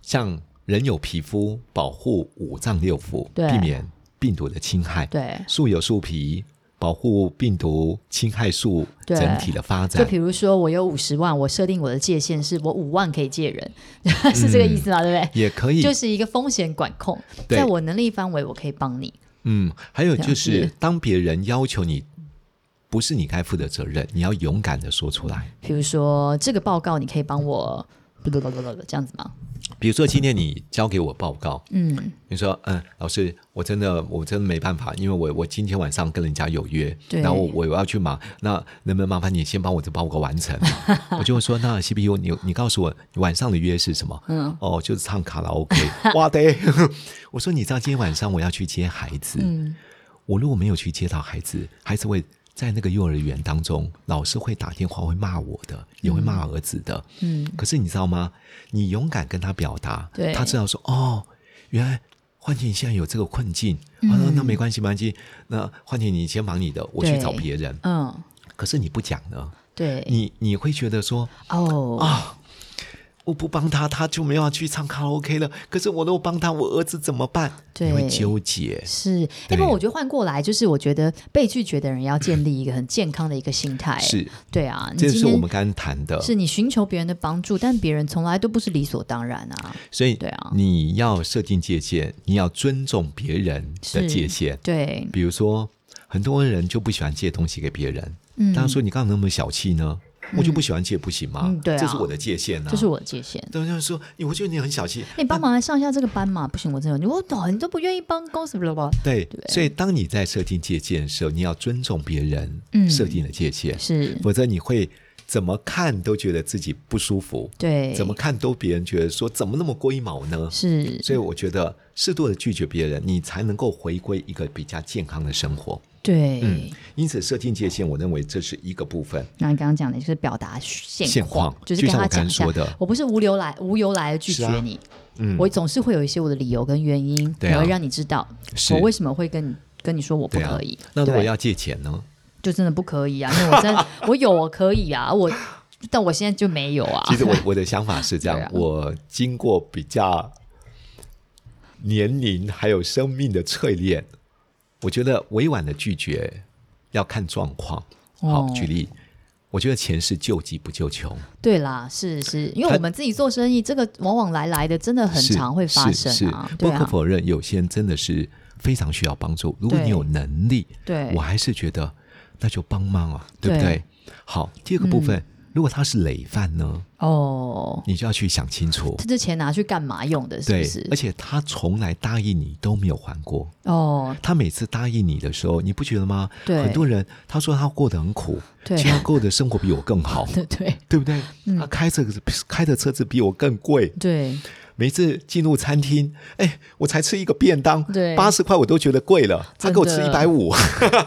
Speaker 4: 像人有皮肤，保护五脏六腑，
Speaker 2: 对
Speaker 4: 避免病毒的侵害；
Speaker 2: 对，
Speaker 4: 树有树皮，保护病毒侵害树
Speaker 2: 对
Speaker 4: 整体的发
Speaker 2: 就
Speaker 4: 展
Speaker 2: 比。如说我有五十万，我设定我的界限是我五万可以借人，
Speaker 4: 嗯
Speaker 2: 是这个意思吗？对不对？
Speaker 4: 也可以，
Speaker 2: 就是一个风险管控，
Speaker 4: 嗯对
Speaker 2: 在我能力范围，我可以帮你。
Speaker 4: 嗯，还有就
Speaker 2: 了
Speaker 4: 是
Speaker 2: 解，
Speaker 4: 当别人要求你不是你该负的责任，你要勇敢的说出来。
Speaker 2: 比如说这个报告，你可以帮我，不不不不不，这样子吗？
Speaker 4: 比如说，今天你交给我报告，
Speaker 2: 嗯，
Speaker 4: 你说，嗯，老师，我真的，我真的没办法，因为我我今天晚上跟人家有约，
Speaker 2: 对
Speaker 4: 然后我我要去忙，那能不能麻烦你先帮我这报告完成？我就会说，那 CPU，你你告诉我你晚上的约是什么？嗯，哦，就是唱卡拉 OK。哇的，我说你知道今天晚上我要去接孩子，嗯，我如果没有去接到孩子，孩子会。在那个幼儿园当中，老师会打电话，会骂我的，也会骂儿子的。
Speaker 2: 嗯，
Speaker 4: 可是你知道吗？你勇敢跟他表达，
Speaker 2: 对
Speaker 4: 他知道说哦，原来幻婷现在有这个困境，
Speaker 2: 嗯
Speaker 4: 啊，那那没关系，没关系。那幻婷你先忙你的，我去
Speaker 2: 对
Speaker 4: 找别人。
Speaker 2: 嗯，
Speaker 4: 可是你不讲呢，
Speaker 2: 对，
Speaker 4: 你啊你会觉得说
Speaker 2: 哦，
Speaker 4: 我不帮他，他就没有要去唱卡拉 OK 了。可是我如果帮他，我儿子怎么办？
Speaker 2: 对
Speaker 4: 你会纠结。
Speaker 2: 是，
Speaker 4: 对
Speaker 2: 哎，不过我觉得换过来，就是我觉得被拒绝的人要建立一个很健康的一个心态。
Speaker 4: 是，
Speaker 2: 对啊，你
Speaker 4: 这
Speaker 2: 今
Speaker 4: 是
Speaker 2: 天
Speaker 4: 我们刚刚谈的。
Speaker 2: 是你寻求别人的帮助，但别人从来都不是理所当然啊。
Speaker 4: 所以
Speaker 2: 对啊
Speaker 4: 你要设定界限，你要尊重别人的
Speaker 2: 是
Speaker 4: 界限。
Speaker 2: 对，
Speaker 4: 比如说，很多人就不喜欢借东西给别人。
Speaker 2: 嗯，
Speaker 4: 大家说你干嘛那么小气呢？我就不喜欢借，不行吗？
Speaker 2: 嗯对啊
Speaker 4: 这是我的界限啊。
Speaker 2: 这是我的界限。
Speaker 4: 大家说你，我觉得你很小气。
Speaker 2: 那你帮忙来上一下这个班嘛？不行，我真的我懂，你都不愿意帮公司，不不不，
Speaker 4: 对，所以当你在设定界限的时候，你要尊重别人
Speaker 2: 嗯
Speaker 4: 设定的界限，
Speaker 2: 是
Speaker 4: 否则你会怎么看都觉得自己不舒服，
Speaker 2: 对，
Speaker 4: 怎么看都别人觉得说怎么那么龟毛呢？
Speaker 2: 是
Speaker 4: 所以我觉得适度的拒绝别人，你才能够回归一个比较健康的生活。
Speaker 2: 对。
Speaker 4: 嗯，因此设定界限，我认为这是一个部分。
Speaker 2: 那你刚刚讲的就是表达现
Speaker 4: 现况
Speaker 2: 就是
Speaker 4: 就
Speaker 2: 跟
Speaker 4: 像
Speaker 2: 他
Speaker 4: 我刚
Speaker 2: 讲
Speaker 4: 才
Speaker 2: 一下
Speaker 4: 说的
Speaker 2: 我不是无由来无由来的拒
Speaker 4: 是啊
Speaker 2: 绝你，
Speaker 4: 嗯，
Speaker 2: 我总是会有一些我的理由跟原因，
Speaker 4: 对啊
Speaker 2: 我会让你知道
Speaker 4: 是
Speaker 2: 我为什么会跟你跟你说我不
Speaker 4: 对啊
Speaker 2: 可以。
Speaker 4: 那如果
Speaker 2: 对
Speaker 4: 要借钱呢？
Speaker 2: 就真的不可以啊，因为我真 我有我可以啊，我但我现在就没有啊。
Speaker 4: 其实我 我的想法是这样，
Speaker 2: 对啊
Speaker 4: 我经过比较年龄还有生命的淬炼，我觉得委婉的拒绝要看状况。好，
Speaker 2: 哦
Speaker 4: 举例，我觉得钱是救急不救穷，
Speaker 2: 对啦，是是，因为
Speaker 4: 他
Speaker 2: 我们自己做生意，这个往往来来的真的很
Speaker 4: 是
Speaker 2: 常会发
Speaker 4: 是
Speaker 2: 生啊
Speaker 4: 是，
Speaker 2: 对
Speaker 4: 不可
Speaker 2: 啊，
Speaker 4: 否认，有些人真的是非常需要帮助。如果
Speaker 2: 对
Speaker 4: 你有能力，
Speaker 2: 对
Speaker 4: 我还是觉得那就帮忙啊，对不对？
Speaker 2: 对嗯
Speaker 4: 好，第二个部分，如果他是累犯呢，
Speaker 2: 哦，
Speaker 4: 你就要去想清楚
Speaker 2: 他。这钱拿去干嘛用的？是
Speaker 4: 对
Speaker 2: 不是，
Speaker 4: 而？且他从来答应你都没有还过。
Speaker 2: 哦，
Speaker 4: 他每次答应你的时候，你不觉得吗？
Speaker 2: 对
Speaker 4: 很多人他说他过得很苦，
Speaker 2: 对嗯
Speaker 4: 其实他过的生活 比我更好，
Speaker 2: 对对
Speaker 4: 对不对？他开着开的车子比我更贵，
Speaker 2: 对，
Speaker 4: 每次进入餐厅，哎，我才吃一个便当，
Speaker 2: 对
Speaker 4: 八十块我都觉得贵了，他
Speaker 2: 真
Speaker 4: 给我吃一
Speaker 2: 的
Speaker 4: 百五，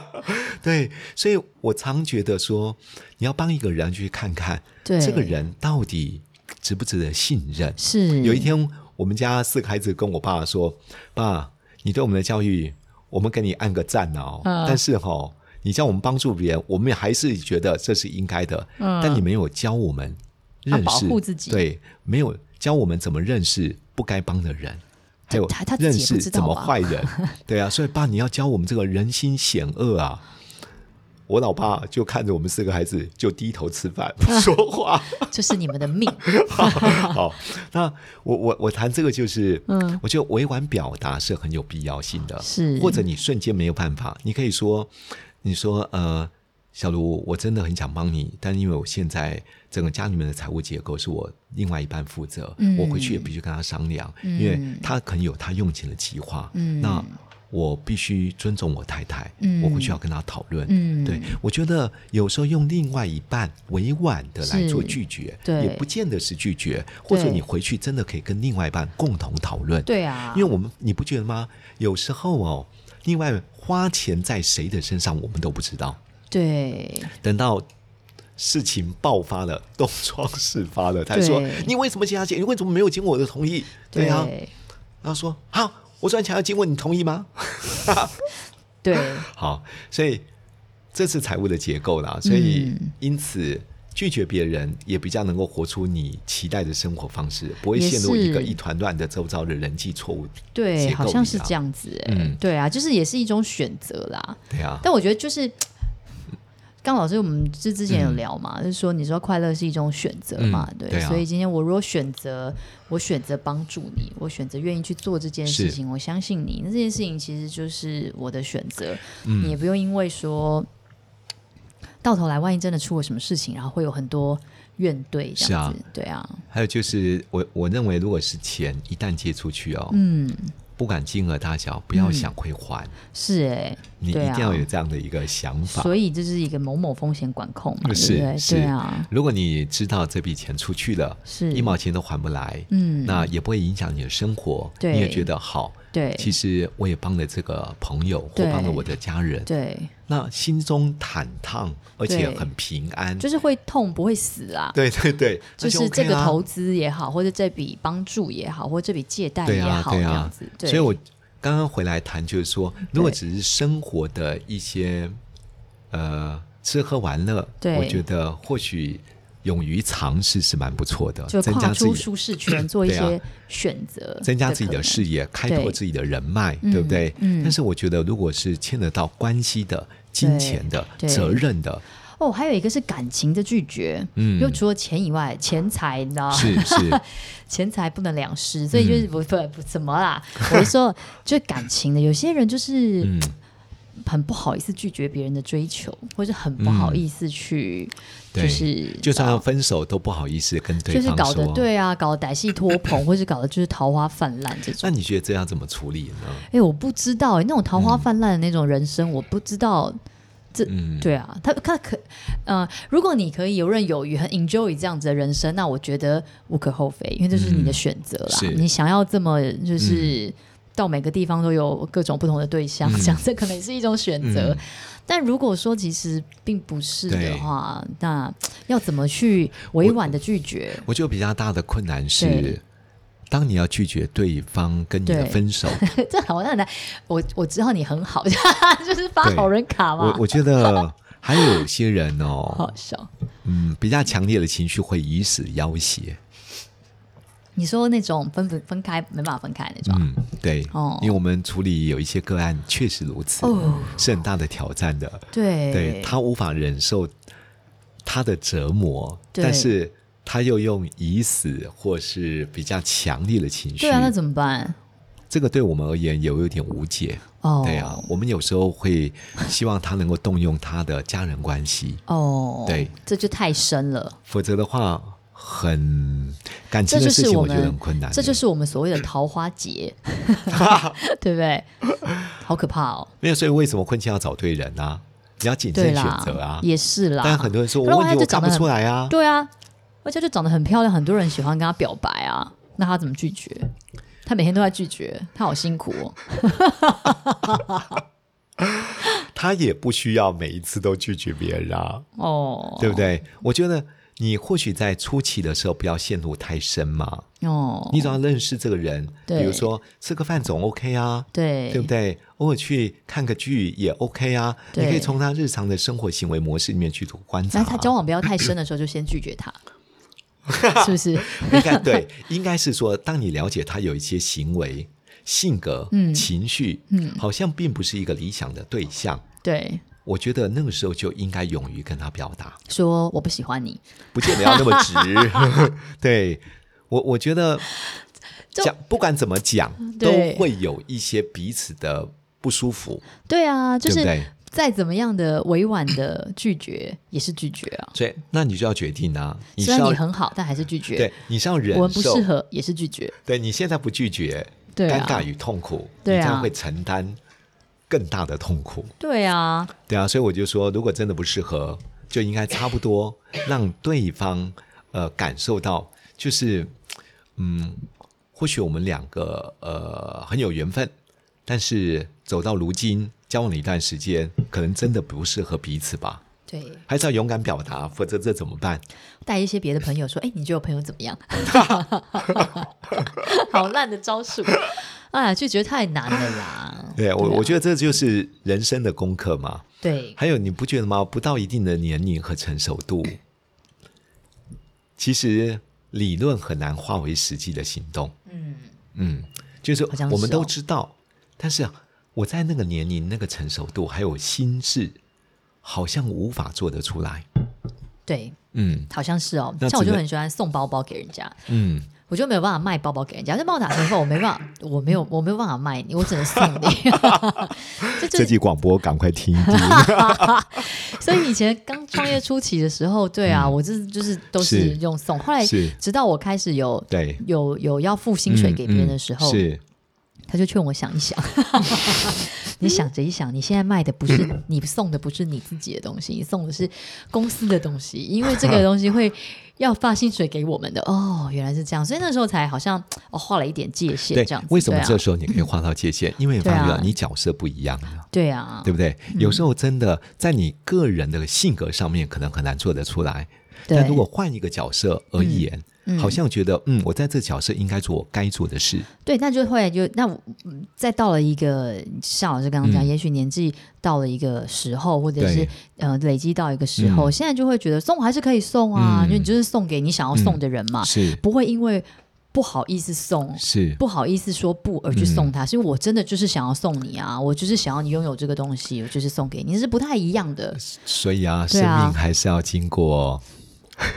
Speaker 4: 对，所以我常觉得说，你要帮一个人去看看，
Speaker 2: 对
Speaker 4: 这个人到底值不值得信任。
Speaker 2: 是
Speaker 4: 有一 天，我们家四个孩子跟我爸说：“爸，你对我们的教育，我们给你按个赞哦。
Speaker 2: 嗯
Speaker 4: 但是哈、哦，你叫我们帮助别人，我们还是觉得这是应该的。
Speaker 2: 嗯
Speaker 4: 但你没有教我们认
Speaker 2: 要
Speaker 4: 识，
Speaker 2: 保护自己
Speaker 4: 对，没有教我们怎么认识不该帮的人。”还有
Speaker 2: 他他自己也
Speaker 4: 认
Speaker 2: 不
Speaker 4: 识
Speaker 2: 知
Speaker 4: 怎
Speaker 2: 道啊
Speaker 4: 么
Speaker 2: 吧
Speaker 4: 坏人， 对啊，所以爸，你要教我们这个人心险恶啊！我老爸就看着我们四个孩子，就低头吃饭， 不说话。
Speaker 2: 就是你们的命，
Speaker 4: 好，那我我我谈这个就是，
Speaker 2: 嗯
Speaker 4: 我觉得委婉表达是很有必要性的，
Speaker 2: 是
Speaker 4: 或者你瞬间没有办法，你可以说，你说呃，小卢，我真的很想帮你，但因为我现在整个家里面的财务结构是我另外一半负责，
Speaker 2: 嗯
Speaker 4: 我回去也必须跟他商量，因为他可能有他用钱的计划，
Speaker 2: 嗯
Speaker 4: 那。我必须尊重我太太，
Speaker 2: 嗯
Speaker 4: 我回去要跟她讨论。
Speaker 2: 嗯
Speaker 4: 对，我觉得有时候用另外一半委婉的来
Speaker 2: 是
Speaker 4: 做拒绝，
Speaker 2: 对
Speaker 4: 也不见得是拒绝，或者
Speaker 2: 对
Speaker 4: 你回去真的可以跟另外一半共同讨论。
Speaker 2: 对啊，
Speaker 4: 因为我们你不觉得吗？有时候哦，另外花钱在谁的身上我们都不知道，
Speaker 2: 对
Speaker 4: 等到。事情爆发了，东窗事发了，他说
Speaker 2: 对：“
Speaker 4: 你为什么加钱？你为什么没有经过我的同意？”对啊，他说：“好，我赚钱要经过你同意吗？”
Speaker 2: 对
Speaker 4: 好，所以这是财务的结构啦，所以
Speaker 2: 嗯
Speaker 4: 因此拒绝别人也比较能够活出你期待的生活方式，不会
Speaker 2: 也
Speaker 4: 陷入一个
Speaker 2: 是
Speaker 4: 一团乱的周遭的人际错误。
Speaker 2: 对，
Speaker 4: 结
Speaker 2: 好
Speaker 4: 构
Speaker 2: 像
Speaker 4: 一
Speaker 2: 是
Speaker 4: 样
Speaker 2: 这样子哎、
Speaker 4: 嗯
Speaker 2: 对啊，就是也是一种选择啦。
Speaker 4: 对啊，
Speaker 2: 但我觉得就是，刚老师我们之之前有聊嘛，就是说你说快乐是一种选择嘛，
Speaker 4: 嗯
Speaker 2: 对，
Speaker 4: 对啊
Speaker 2: 所以今天我如果选择，我选择帮助你，我选择愿意去做这件事
Speaker 4: 是
Speaker 2: 情，我相信你，那这件事情其实就是我的选择，
Speaker 4: 嗯
Speaker 2: 你也不用因为说到头来万一真的出了什么事情，然后会有很多怨怼这
Speaker 4: 是
Speaker 2: 样
Speaker 4: 啊
Speaker 2: 子，对啊，
Speaker 4: 还有就是我我认为，如果是钱一旦借出去哦，
Speaker 2: 嗯，
Speaker 4: 不管金额大小，不要想会还，
Speaker 2: 是哎、
Speaker 4: 你一
Speaker 2: 对啊
Speaker 4: 定要有这样的一个想法。
Speaker 2: 所以这是一个某某风险管控嘛，对
Speaker 4: 是
Speaker 2: 不对？
Speaker 4: 是
Speaker 2: 对啊，
Speaker 4: 如果你知道这笔钱出去了，
Speaker 2: 是
Speaker 4: 一毛钱都还不来，
Speaker 2: 嗯
Speaker 4: 那也不会影响你的生活，
Speaker 2: 对
Speaker 4: 你也觉得好，
Speaker 2: 对
Speaker 4: 其实我也帮了这个朋友，或
Speaker 2: 对
Speaker 4: 帮了我的家人，
Speaker 2: 对。
Speaker 4: 那心中坦荡，而且很平安。
Speaker 2: 就是会痛不会死啊。
Speaker 4: 嗯对对对，
Speaker 2: 就
Speaker 4: 那
Speaker 2: 是
Speaker 4: OK 啊
Speaker 2: 这个
Speaker 4: 啦
Speaker 2: 投资也好，或者这笔帮助也好，或者这笔借贷
Speaker 4: 对
Speaker 2: 也
Speaker 4: 啊
Speaker 2: 好，
Speaker 4: 对
Speaker 2: 这样
Speaker 4: 啊
Speaker 2: 子。，对
Speaker 4: 所以我刚刚回来谈，就是说，如果只是生活的一些呃吃喝玩乐，
Speaker 2: 对
Speaker 4: 我觉得或许勇于尝试是蛮不错的，
Speaker 2: 就
Speaker 4: 增
Speaker 2: 跨
Speaker 4: 加自
Speaker 2: 出
Speaker 4: 己
Speaker 2: 舒适圈，做一
Speaker 4: 对啊
Speaker 2: 些选择，
Speaker 4: 增加自己的视野，开拓
Speaker 2: 对
Speaker 4: 自己的人脉，对不对？
Speaker 2: 嗯
Speaker 4: 但是我觉得，如果是牵得到关系的、金钱的、
Speaker 2: 对
Speaker 4: 责任的，
Speaker 2: 哦，还有一个是感情的拒绝，
Speaker 4: 嗯
Speaker 2: 就除了钱以外，钱财你知道吗？
Speaker 4: 是是， 嗯
Speaker 2: 钱财不能两失，所以就是不不不怎么啦，我是说，就是感情的，有些人就是
Speaker 4: 嗯，
Speaker 2: 很不好意思拒绝别人的追求，或者很不好意思去，
Speaker 4: 嗯对
Speaker 2: 就是
Speaker 4: 就算要分手都不好意思跟对
Speaker 2: 就是
Speaker 4: 方
Speaker 2: 搞
Speaker 4: 说
Speaker 2: 得。对啊，搞得歹戏拖棚，或是搞得就是桃花泛滥这
Speaker 4: 那
Speaker 2: 种。
Speaker 4: 你觉得这样怎么处理呢？
Speaker 2: 哎、我不知道、哎，那种桃花泛滥的那种人生，我不知道。这
Speaker 4: 嗯
Speaker 2: 对啊，他他可，呃，如果你可以游刃有余，很 enjoy 这样子的人生，那我觉得无可厚非，因为这是你的选择啦。
Speaker 4: 嗯是嗯
Speaker 2: 你想要这么就是到每个地方都有各种不同的对象，这样这可能是一种选择。
Speaker 4: 嗯
Speaker 2: 但如果说其实并不是
Speaker 4: 对
Speaker 2: 的话，那要怎么去委婉的拒绝？
Speaker 4: 我觉得比较大的困难
Speaker 2: 对
Speaker 4: 是，当你要拒绝对方跟你的
Speaker 2: 对
Speaker 4: 分手，
Speaker 2: 这好像很难。我我知道你很好， 就是发好人卡嘛
Speaker 4: 我，我觉得还有些人哦，
Speaker 2: 好笑。
Speaker 4: 嗯，比较强烈的情绪会以死要挟。
Speaker 2: 你说那种分分分开没办法分开那种啊，
Speaker 4: 嗯，对，
Speaker 2: 哦
Speaker 4: 因为我们处理有一些个案确实如此，
Speaker 2: 哦
Speaker 4: 是很大的挑战的。
Speaker 2: 对
Speaker 4: 对他无法忍受他的折磨，
Speaker 2: 对
Speaker 4: 但是他又用已死或是比较强烈的情绪，
Speaker 2: 对啊，那怎么办？
Speaker 4: 这个对我们而言有一点无解。
Speaker 2: 哦，
Speaker 4: 对啊，我们有时候会希望他能够动用他的家人关系，
Speaker 2: 哦，
Speaker 4: 对，
Speaker 2: 这就太深了，
Speaker 4: 否则的话，很感情
Speaker 2: 这
Speaker 4: 的
Speaker 2: 就
Speaker 4: 事
Speaker 2: 是
Speaker 4: 情我觉
Speaker 2: 们
Speaker 4: 得很困难。
Speaker 2: 这就是我们所谓的桃花 劫，对不对？好可怕哦，
Speaker 4: 没有，所以为什么婚前要找对人啊？你要谨
Speaker 2: 对
Speaker 4: 慎选
Speaker 2: 啦
Speaker 4: 择啊，。
Speaker 2: 也是啦，
Speaker 4: 但很多人说，
Speaker 2: 不然
Speaker 4: 我问
Speaker 2: 他
Speaker 4: 题
Speaker 2: 就
Speaker 4: 我
Speaker 2: 长
Speaker 4: 看
Speaker 2: 得
Speaker 4: 不
Speaker 2: 很
Speaker 4: 出来啊。
Speaker 2: 对啊，而且就长得很漂亮，很多人喜欢跟她表白啊，那他怎么拒绝？他每天都在拒绝，他好辛苦哦。
Speaker 4: 他也不需要每一次都拒绝别人啊，
Speaker 2: 哦，
Speaker 4: 对不对？我觉得你或许在初期的时候不要陷入太深嘛，
Speaker 2: 哦，
Speaker 4: 你只要认识这个人，
Speaker 2: 对
Speaker 4: 比如说吃个饭总 OK 啊，
Speaker 2: 对
Speaker 4: 对不对？偶尔去看个剧也 OK 啊，你
Speaker 2: 对
Speaker 4: 可以从他日常的生活行为模式里面去做观察。
Speaker 2: 那他交往不要太深的时候，就先拒绝 他，是不是？
Speaker 4: 应该对，应该是说，当你了解他有一些行为、性格、
Speaker 2: 嗯
Speaker 4: 情绪，
Speaker 2: 嗯
Speaker 4: 好像并不是一个理想的对象，
Speaker 2: 对，
Speaker 4: 我觉得那个时候就应该勇于跟他表达。
Speaker 2: 说我不喜欢你，
Speaker 4: 不见得要那么 直。 对我，我觉得
Speaker 2: 就
Speaker 4: 讲不管怎么讲，都
Speaker 2: 对
Speaker 4: 会有一些彼此的不舒服，
Speaker 2: 对啊，就
Speaker 4: 对
Speaker 2: 是
Speaker 4: 不对？
Speaker 2: 再怎么样的委婉的拒绝也是拒绝啊。
Speaker 4: 所以那你就要决定啊，你是
Speaker 2: 虽然
Speaker 4: 要
Speaker 2: 你很好，但还是拒绝。
Speaker 4: 对，你是要忍
Speaker 2: 我们不
Speaker 4: 受
Speaker 2: 适，合也是拒绝。
Speaker 4: 对你现在不拒绝，
Speaker 2: 对
Speaker 4: 尴
Speaker 2: 啊
Speaker 4: 尬与痛苦，
Speaker 2: 对
Speaker 4: 你这样
Speaker 2: 啊
Speaker 4: 会承担更大的痛苦。
Speaker 2: 对啊，
Speaker 4: 对啊，所以我就说，如果真的不适合，就应该差不多让对方呃感受到，就是嗯，或许我们两个呃很有缘分，但是走到如今交往了一段时间，可能真的不适合彼此吧，
Speaker 2: 对，
Speaker 4: 还是要勇敢表达，否则这怎么办？
Speaker 2: 带一些别的朋友说，哎，你觉得我朋友怎么样？ 好烂的招数，哎呀，拒绝太难了啦。
Speaker 4: 对我，我觉得这就是人生的功课嘛。
Speaker 2: 对，
Speaker 4: 还有，你不觉得吗？不到一定的年龄和成熟度，其实理论很难化为实际的行动。
Speaker 2: 嗯，
Speaker 4: 嗯，就是
Speaker 2: 好像
Speaker 4: 我们
Speaker 2: 是哦
Speaker 4: 都知道，但是啊我在那个年龄、那个成熟度还有心智，好像无法做得出来。
Speaker 2: 对，
Speaker 4: 嗯
Speaker 2: 好像是哦。
Speaker 4: 那
Speaker 2: 像我
Speaker 4: 只
Speaker 2: 就
Speaker 4: 能
Speaker 2: 很喜欢送包包给人家，
Speaker 4: 嗯，
Speaker 2: 我就没有办法卖包包给人家，就帮我打折扣，我没办法，我没有，我没有办法卖你，我只能送你。 这就是
Speaker 4: 广播赶快听一 听。
Speaker 2: 所以以前刚创业初期的时候，对啊，我这就是都
Speaker 4: 嗯是
Speaker 2: 是用送。后来
Speaker 4: 是
Speaker 2: 直到我开始有
Speaker 4: 对，
Speaker 2: 有有要付薪水给别人的时候，
Speaker 4: 嗯嗯是
Speaker 2: 他就劝我想一 想，你想着一想，你现在卖的不是你送的不是你自己的东西，你送的是公司的东西，因为这个东西会要发薪水给我们的。哦，原来是这样，所以那时候才好像哦画了一点界限，
Speaker 4: 对
Speaker 2: 这样子。
Speaker 4: 为什么
Speaker 2: 对啊
Speaker 4: 这时候你可以划到界限？因为你发觉
Speaker 2: 对
Speaker 4: 到
Speaker 2: 啊
Speaker 4: 你角色不一样了。
Speaker 2: 对啊，
Speaker 4: 对不对？有时候真的在你个人的性格上面，可能很难做得出来。
Speaker 2: 对
Speaker 4: 但如果换一个角色而言，
Speaker 2: 嗯
Speaker 4: 好像觉得嗯，我在这角色应该做我该做的事。
Speaker 2: 对，那就会就那我嗯再到了一个像老师刚刚讲，
Speaker 4: 嗯
Speaker 2: 也许年纪到了一个时候，或者是
Speaker 4: 对
Speaker 2: 呃累积到一个时候，
Speaker 4: 嗯
Speaker 2: 现在就会觉得送还是可以送啊，
Speaker 4: 嗯
Speaker 2: 就你就是送给你想要送的人嘛，
Speaker 4: 是
Speaker 2: 不会因为不好意思送。
Speaker 4: 是，嗯
Speaker 2: 不好意思说不而去送他，是因为我真的就是想要送你啊，我就是想要你拥有这个东西，我就是送给你，是不太一样的。
Speaker 4: 所以啊，生
Speaker 2: 对啊
Speaker 4: 命还是要经过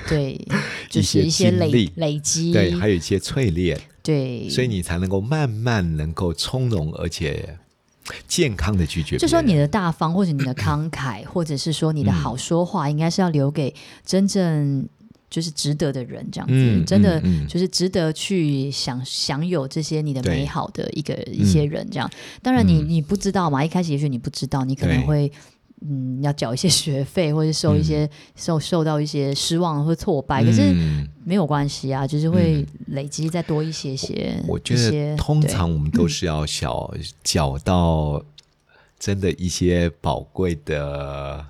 Speaker 2: 对， 就
Speaker 4: 一
Speaker 2: 是
Speaker 4: 些
Speaker 2: 一些
Speaker 4: 经
Speaker 2: 累
Speaker 4: 历
Speaker 2: 累积，
Speaker 4: 对，还有一些淬炼，
Speaker 2: 对
Speaker 4: 所以你才能够慢慢能够从容而且健康的拒绝别人。
Speaker 2: 就说你的大方，或者你的慷 慨，或者是说你的好说话，
Speaker 4: 嗯
Speaker 2: 应该是要留给真正就是值得的人，这样子，
Speaker 4: 嗯
Speaker 2: 真的
Speaker 4: 嗯嗯
Speaker 2: 就是值得去享享有这些你的
Speaker 4: 对
Speaker 2: 美好的一个一些人这样。当然你，你不知道嘛，一开始也许你不知道，你可能
Speaker 4: 嗯对
Speaker 2: 会。嗯，要缴一些学费，或者受一些、受受到一些失望或挫败，可是
Speaker 4: 嗯
Speaker 2: 没有关系啊，就是会累积再多一些些。
Speaker 4: 我觉
Speaker 2: 一
Speaker 4: 得
Speaker 2: 些
Speaker 4: 通
Speaker 2: 对
Speaker 4: 常我们都是要小缴到真的一些宝贵的，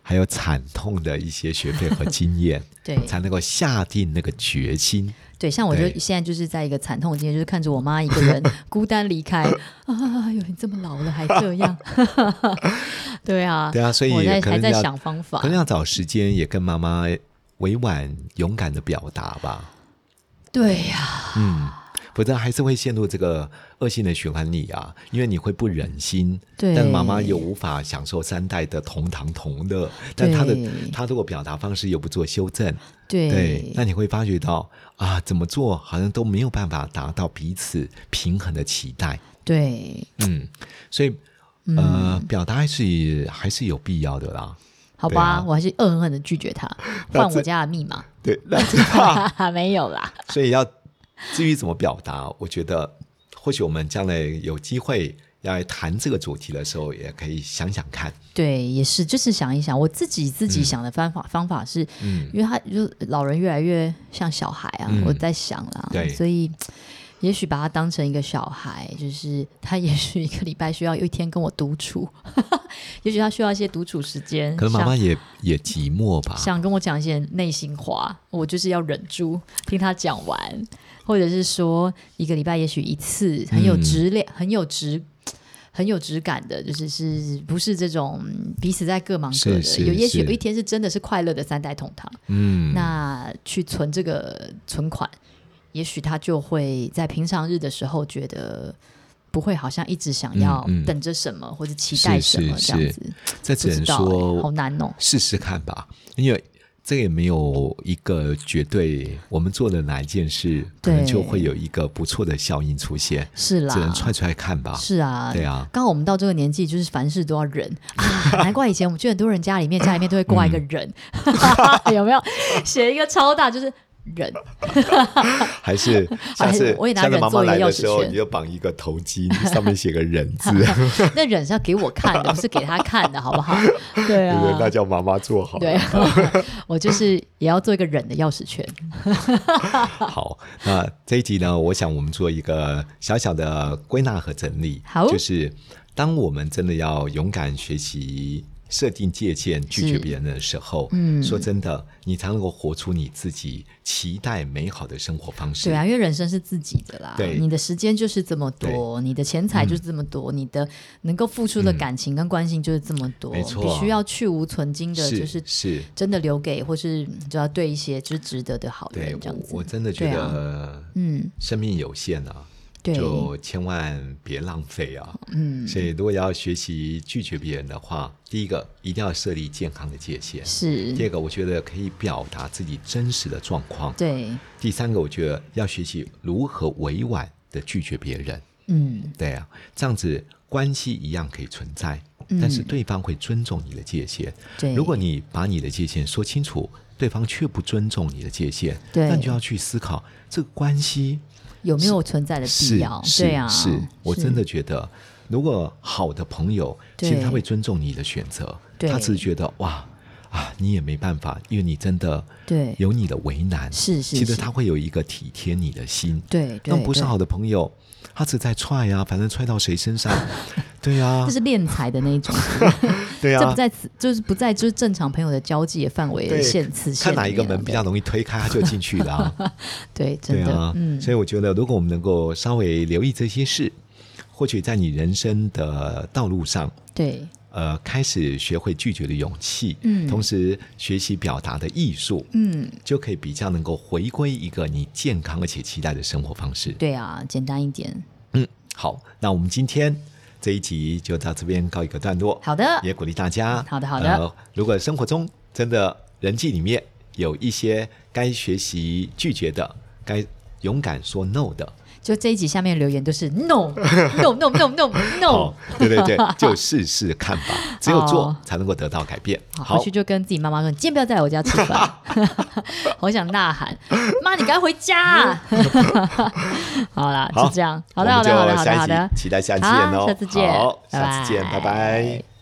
Speaker 4: 还有惨痛的一些学费和经验，
Speaker 2: 对
Speaker 4: 才能够下定那个决心。
Speaker 2: 对，像我就
Speaker 4: 对
Speaker 2: 现在就是在一个惨痛的经验，就是看着我妈一个 人孤单离开啊，有人这么老了还这 样，对啊，
Speaker 4: 对啊，所以
Speaker 2: 我在
Speaker 4: 可
Speaker 2: 还
Speaker 4: 能
Speaker 2: 在
Speaker 4: 要
Speaker 2: 想方法
Speaker 4: 可，能要找时间，也跟妈妈委婉勇敢的表达吧。
Speaker 2: 对啊呀、
Speaker 4: 嗯，否则还是会陷入这个恶性的循环里啊，因为你会不忍心，
Speaker 2: 对
Speaker 4: 但妈妈又无法享受三代的同堂同乐，但她的
Speaker 2: 对
Speaker 4: 她如果表达方式又不做修正，
Speaker 2: 对
Speaker 4: 对，那你会发觉到啊，怎么做好像都没有办法达到彼此平衡的期待，
Speaker 2: 对嗯
Speaker 4: 嗯，所以呃，表达还是还是有必要的啦。
Speaker 2: 好
Speaker 4: 对
Speaker 2: 吧，
Speaker 4: 啊
Speaker 2: 我还是恶狠狠的拒绝他，
Speaker 4: 那
Speaker 2: 换
Speaker 4: 这
Speaker 2: 我家的密 码，
Speaker 4: 对，那
Speaker 2: 没有啦，
Speaker 4: 所以要至于怎么表达，我觉得或许我们将来有机会来谈这个主题的时候，也可以想想看。
Speaker 2: 对，也是，就是想一想，我自己自己想的方法、方法是，
Speaker 4: 嗯
Speaker 2: 因为他就老人越来越像小孩啊，
Speaker 4: 嗯
Speaker 2: 我在想啦，
Speaker 4: 对
Speaker 2: 所以也许把他当成一个小孩，就是他也许一个礼拜需要一天跟我独处， 也许他需要一些独处时间，
Speaker 4: 可能妈
Speaker 2: 想
Speaker 4: 妈也也寂寞吧。
Speaker 2: 想跟我讲一些内心话，我就是要忍住听他讲完，或者是说一个礼拜也许一次，很有
Speaker 4: 嗯
Speaker 2: 质量、很有质、很有质感的，就是是不是这种嗯彼此在各忙各的？
Speaker 4: 是是
Speaker 2: 有也许
Speaker 4: 是
Speaker 2: 有一天是真的是快乐的三代同堂，
Speaker 4: 嗯，
Speaker 2: 那去存这个存款，也许他就会在平常日的时候觉得。不会好像一直想要
Speaker 4: 嗯嗯
Speaker 2: 等着什么、或者期待
Speaker 4: 是
Speaker 2: 什么
Speaker 4: 是
Speaker 2: 这样
Speaker 4: 是
Speaker 2: 子，
Speaker 4: 这
Speaker 2: 不
Speaker 4: 只
Speaker 2: 知
Speaker 4: 能
Speaker 2: 道欸、
Speaker 4: 说
Speaker 2: 好难哦。
Speaker 4: 试试看吧，因为这也没有一个绝对，我们做的哪一件事，可能
Speaker 2: 对
Speaker 4: 就会有一个不错的效应出现，
Speaker 2: 是啦，
Speaker 4: 只能踹踹看吧。
Speaker 2: 是啊，
Speaker 4: 对啊
Speaker 2: 刚好我们到这个年纪，就是凡事都要忍 啊。难怪以前我们去很多人家里面，家里面都会挂一
Speaker 4: 嗯
Speaker 2: 个忍， 有没有？写一个超大，就是忍。
Speaker 4: 还是下
Speaker 2: 还
Speaker 4: 次
Speaker 2: 是我也拿
Speaker 4: 下次
Speaker 2: 人
Speaker 4: 妈
Speaker 2: 做
Speaker 4: 妈
Speaker 2: 一个
Speaker 4: 来
Speaker 2: 钥
Speaker 4: 的
Speaker 2: 匙
Speaker 4: 时候，
Speaker 2: 圈啊
Speaker 4: 你就绑一个头巾，上面写个人 字，
Speaker 2: 那忍是要给我看的，不是给他看的，好 不好？对
Speaker 4: 对不对？
Speaker 2: 啊
Speaker 4: 那，叫妈妈做好。
Speaker 2: 对，啊 我就是也要做一个忍的钥匙圈。
Speaker 4: 好，那这一集呢，我想我们做一个小小的归纳和整理，
Speaker 2: 好
Speaker 4: 就是当我们真的要勇敢学习。设定界限，拒绝
Speaker 2: 是
Speaker 4: 别人的时候，
Speaker 2: 嗯
Speaker 4: 说真的，你才能够活出你自己期待美好的生活方式。
Speaker 2: 对啊，因为人生是自己的啦，
Speaker 4: 对
Speaker 2: 你的时间就是这么多，你的钱财就是这么多，你的能够付出的
Speaker 4: 嗯
Speaker 2: 感情跟关心就是这么多，
Speaker 4: 没错
Speaker 2: 必须要去无存精的，
Speaker 4: 是
Speaker 2: 就是
Speaker 4: 是，
Speaker 2: 真的留给或是你知道对一些就是值得的好
Speaker 4: 对
Speaker 2: 人这样子。
Speaker 4: 我我真的觉
Speaker 2: 对啊
Speaker 4: 得
Speaker 2: 嗯，
Speaker 4: 生命有限啊，
Speaker 2: 对，
Speaker 4: 就千万别浪费啊。
Speaker 2: 嗯
Speaker 4: 所以，如果要学习拒绝别人的话，第一个一定要设立健康的界限。第
Speaker 2: 是，
Speaker 4: 二个，我觉得可以表达自己真实的状况。
Speaker 2: 对，
Speaker 4: 第三个，我觉得要学习如何委婉的拒绝别人。
Speaker 2: 嗯
Speaker 4: 对啊，这样子关系一样可以存在，
Speaker 2: 嗯
Speaker 4: 但是对方会尊重你的界限。
Speaker 2: 对。
Speaker 4: 如果你把你的界限说清楚，对方却不尊重你的界限，
Speaker 2: 对
Speaker 4: 那你就要去思考这个关系
Speaker 2: 有没有存在的必
Speaker 4: 是
Speaker 2: 要？
Speaker 4: 是
Speaker 2: 对啊，
Speaker 4: 是我真的觉得，如果好的朋友，
Speaker 2: 对
Speaker 4: 其实他会尊重你的选择，
Speaker 2: 对
Speaker 4: 他只是觉得哇啊，你也没办法，因为你真的
Speaker 2: 对
Speaker 4: 有你的为难，
Speaker 2: 是是
Speaker 4: 其实
Speaker 2: 是
Speaker 4: 他会有一个体贴你的心，
Speaker 2: 对
Speaker 4: 那
Speaker 2: 对，
Speaker 4: 不是
Speaker 2: 对
Speaker 4: 好，的朋友，他只在踹啊，反正踹到谁 身上，对啊
Speaker 2: 这，是敛财的那一种，
Speaker 4: 对
Speaker 2: 这不
Speaker 4: 啊。
Speaker 2: 在此，就是不在就是正常朋友的交际的范围
Speaker 4: 对
Speaker 2: 限此限啊
Speaker 4: 看
Speaker 2: 里
Speaker 4: 哪一个
Speaker 2: 面了
Speaker 4: 门比较容易推开，他就进去了啊、
Speaker 2: 对，真
Speaker 4: 对 啊
Speaker 2: 的，，嗯，
Speaker 4: 所以我觉得，如果我们能够稍微留意这些事，或许在你人生的道路上，
Speaker 2: 对，
Speaker 4: 呃，开始学会拒绝的勇气，
Speaker 2: 嗯
Speaker 4: 同时学习表达的艺术，
Speaker 2: 嗯，
Speaker 4: 就可以比较能够回归一个你健康而且期待的生活方式。
Speaker 2: 对啊，简单一点，
Speaker 4: 嗯，好，那我们今天这一集就到这边告一个段落。
Speaker 2: 好的，
Speaker 4: 也鼓励大家。
Speaker 2: 好的好的
Speaker 4: 呃如果生活中真的人际里面有一些该学习拒绝的，该勇敢说 no 的，
Speaker 2: 就这一集下面留言都是 no no no no no
Speaker 4: 哦
Speaker 2: no，，
Speaker 4: 对对 对，就试试看吧，只有做
Speaker 2: 哦
Speaker 4: 才能够得到改变。
Speaker 2: 好，回去就跟自己妈妈说：“你今天不要在我家吃 饭。” 好想呐喊，妈，你赶快回家 啊、好啦，
Speaker 4: 好
Speaker 2: 就这样。好
Speaker 4: 我
Speaker 2: 的，
Speaker 4: 们
Speaker 2: 好的，好的，
Speaker 4: 就
Speaker 2: 好的，
Speaker 4: 下一
Speaker 2: 好
Speaker 4: 集
Speaker 2: 的，
Speaker 4: 期待下次见
Speaker 2: 好
Speaker 4: 哦，
Speaker 2: 下次见
Speaker 4: 好，
Speaker 2: 拜
Speaker 4: 下次见，
Speaker 2: 拜
Speaker 4: 拜拜。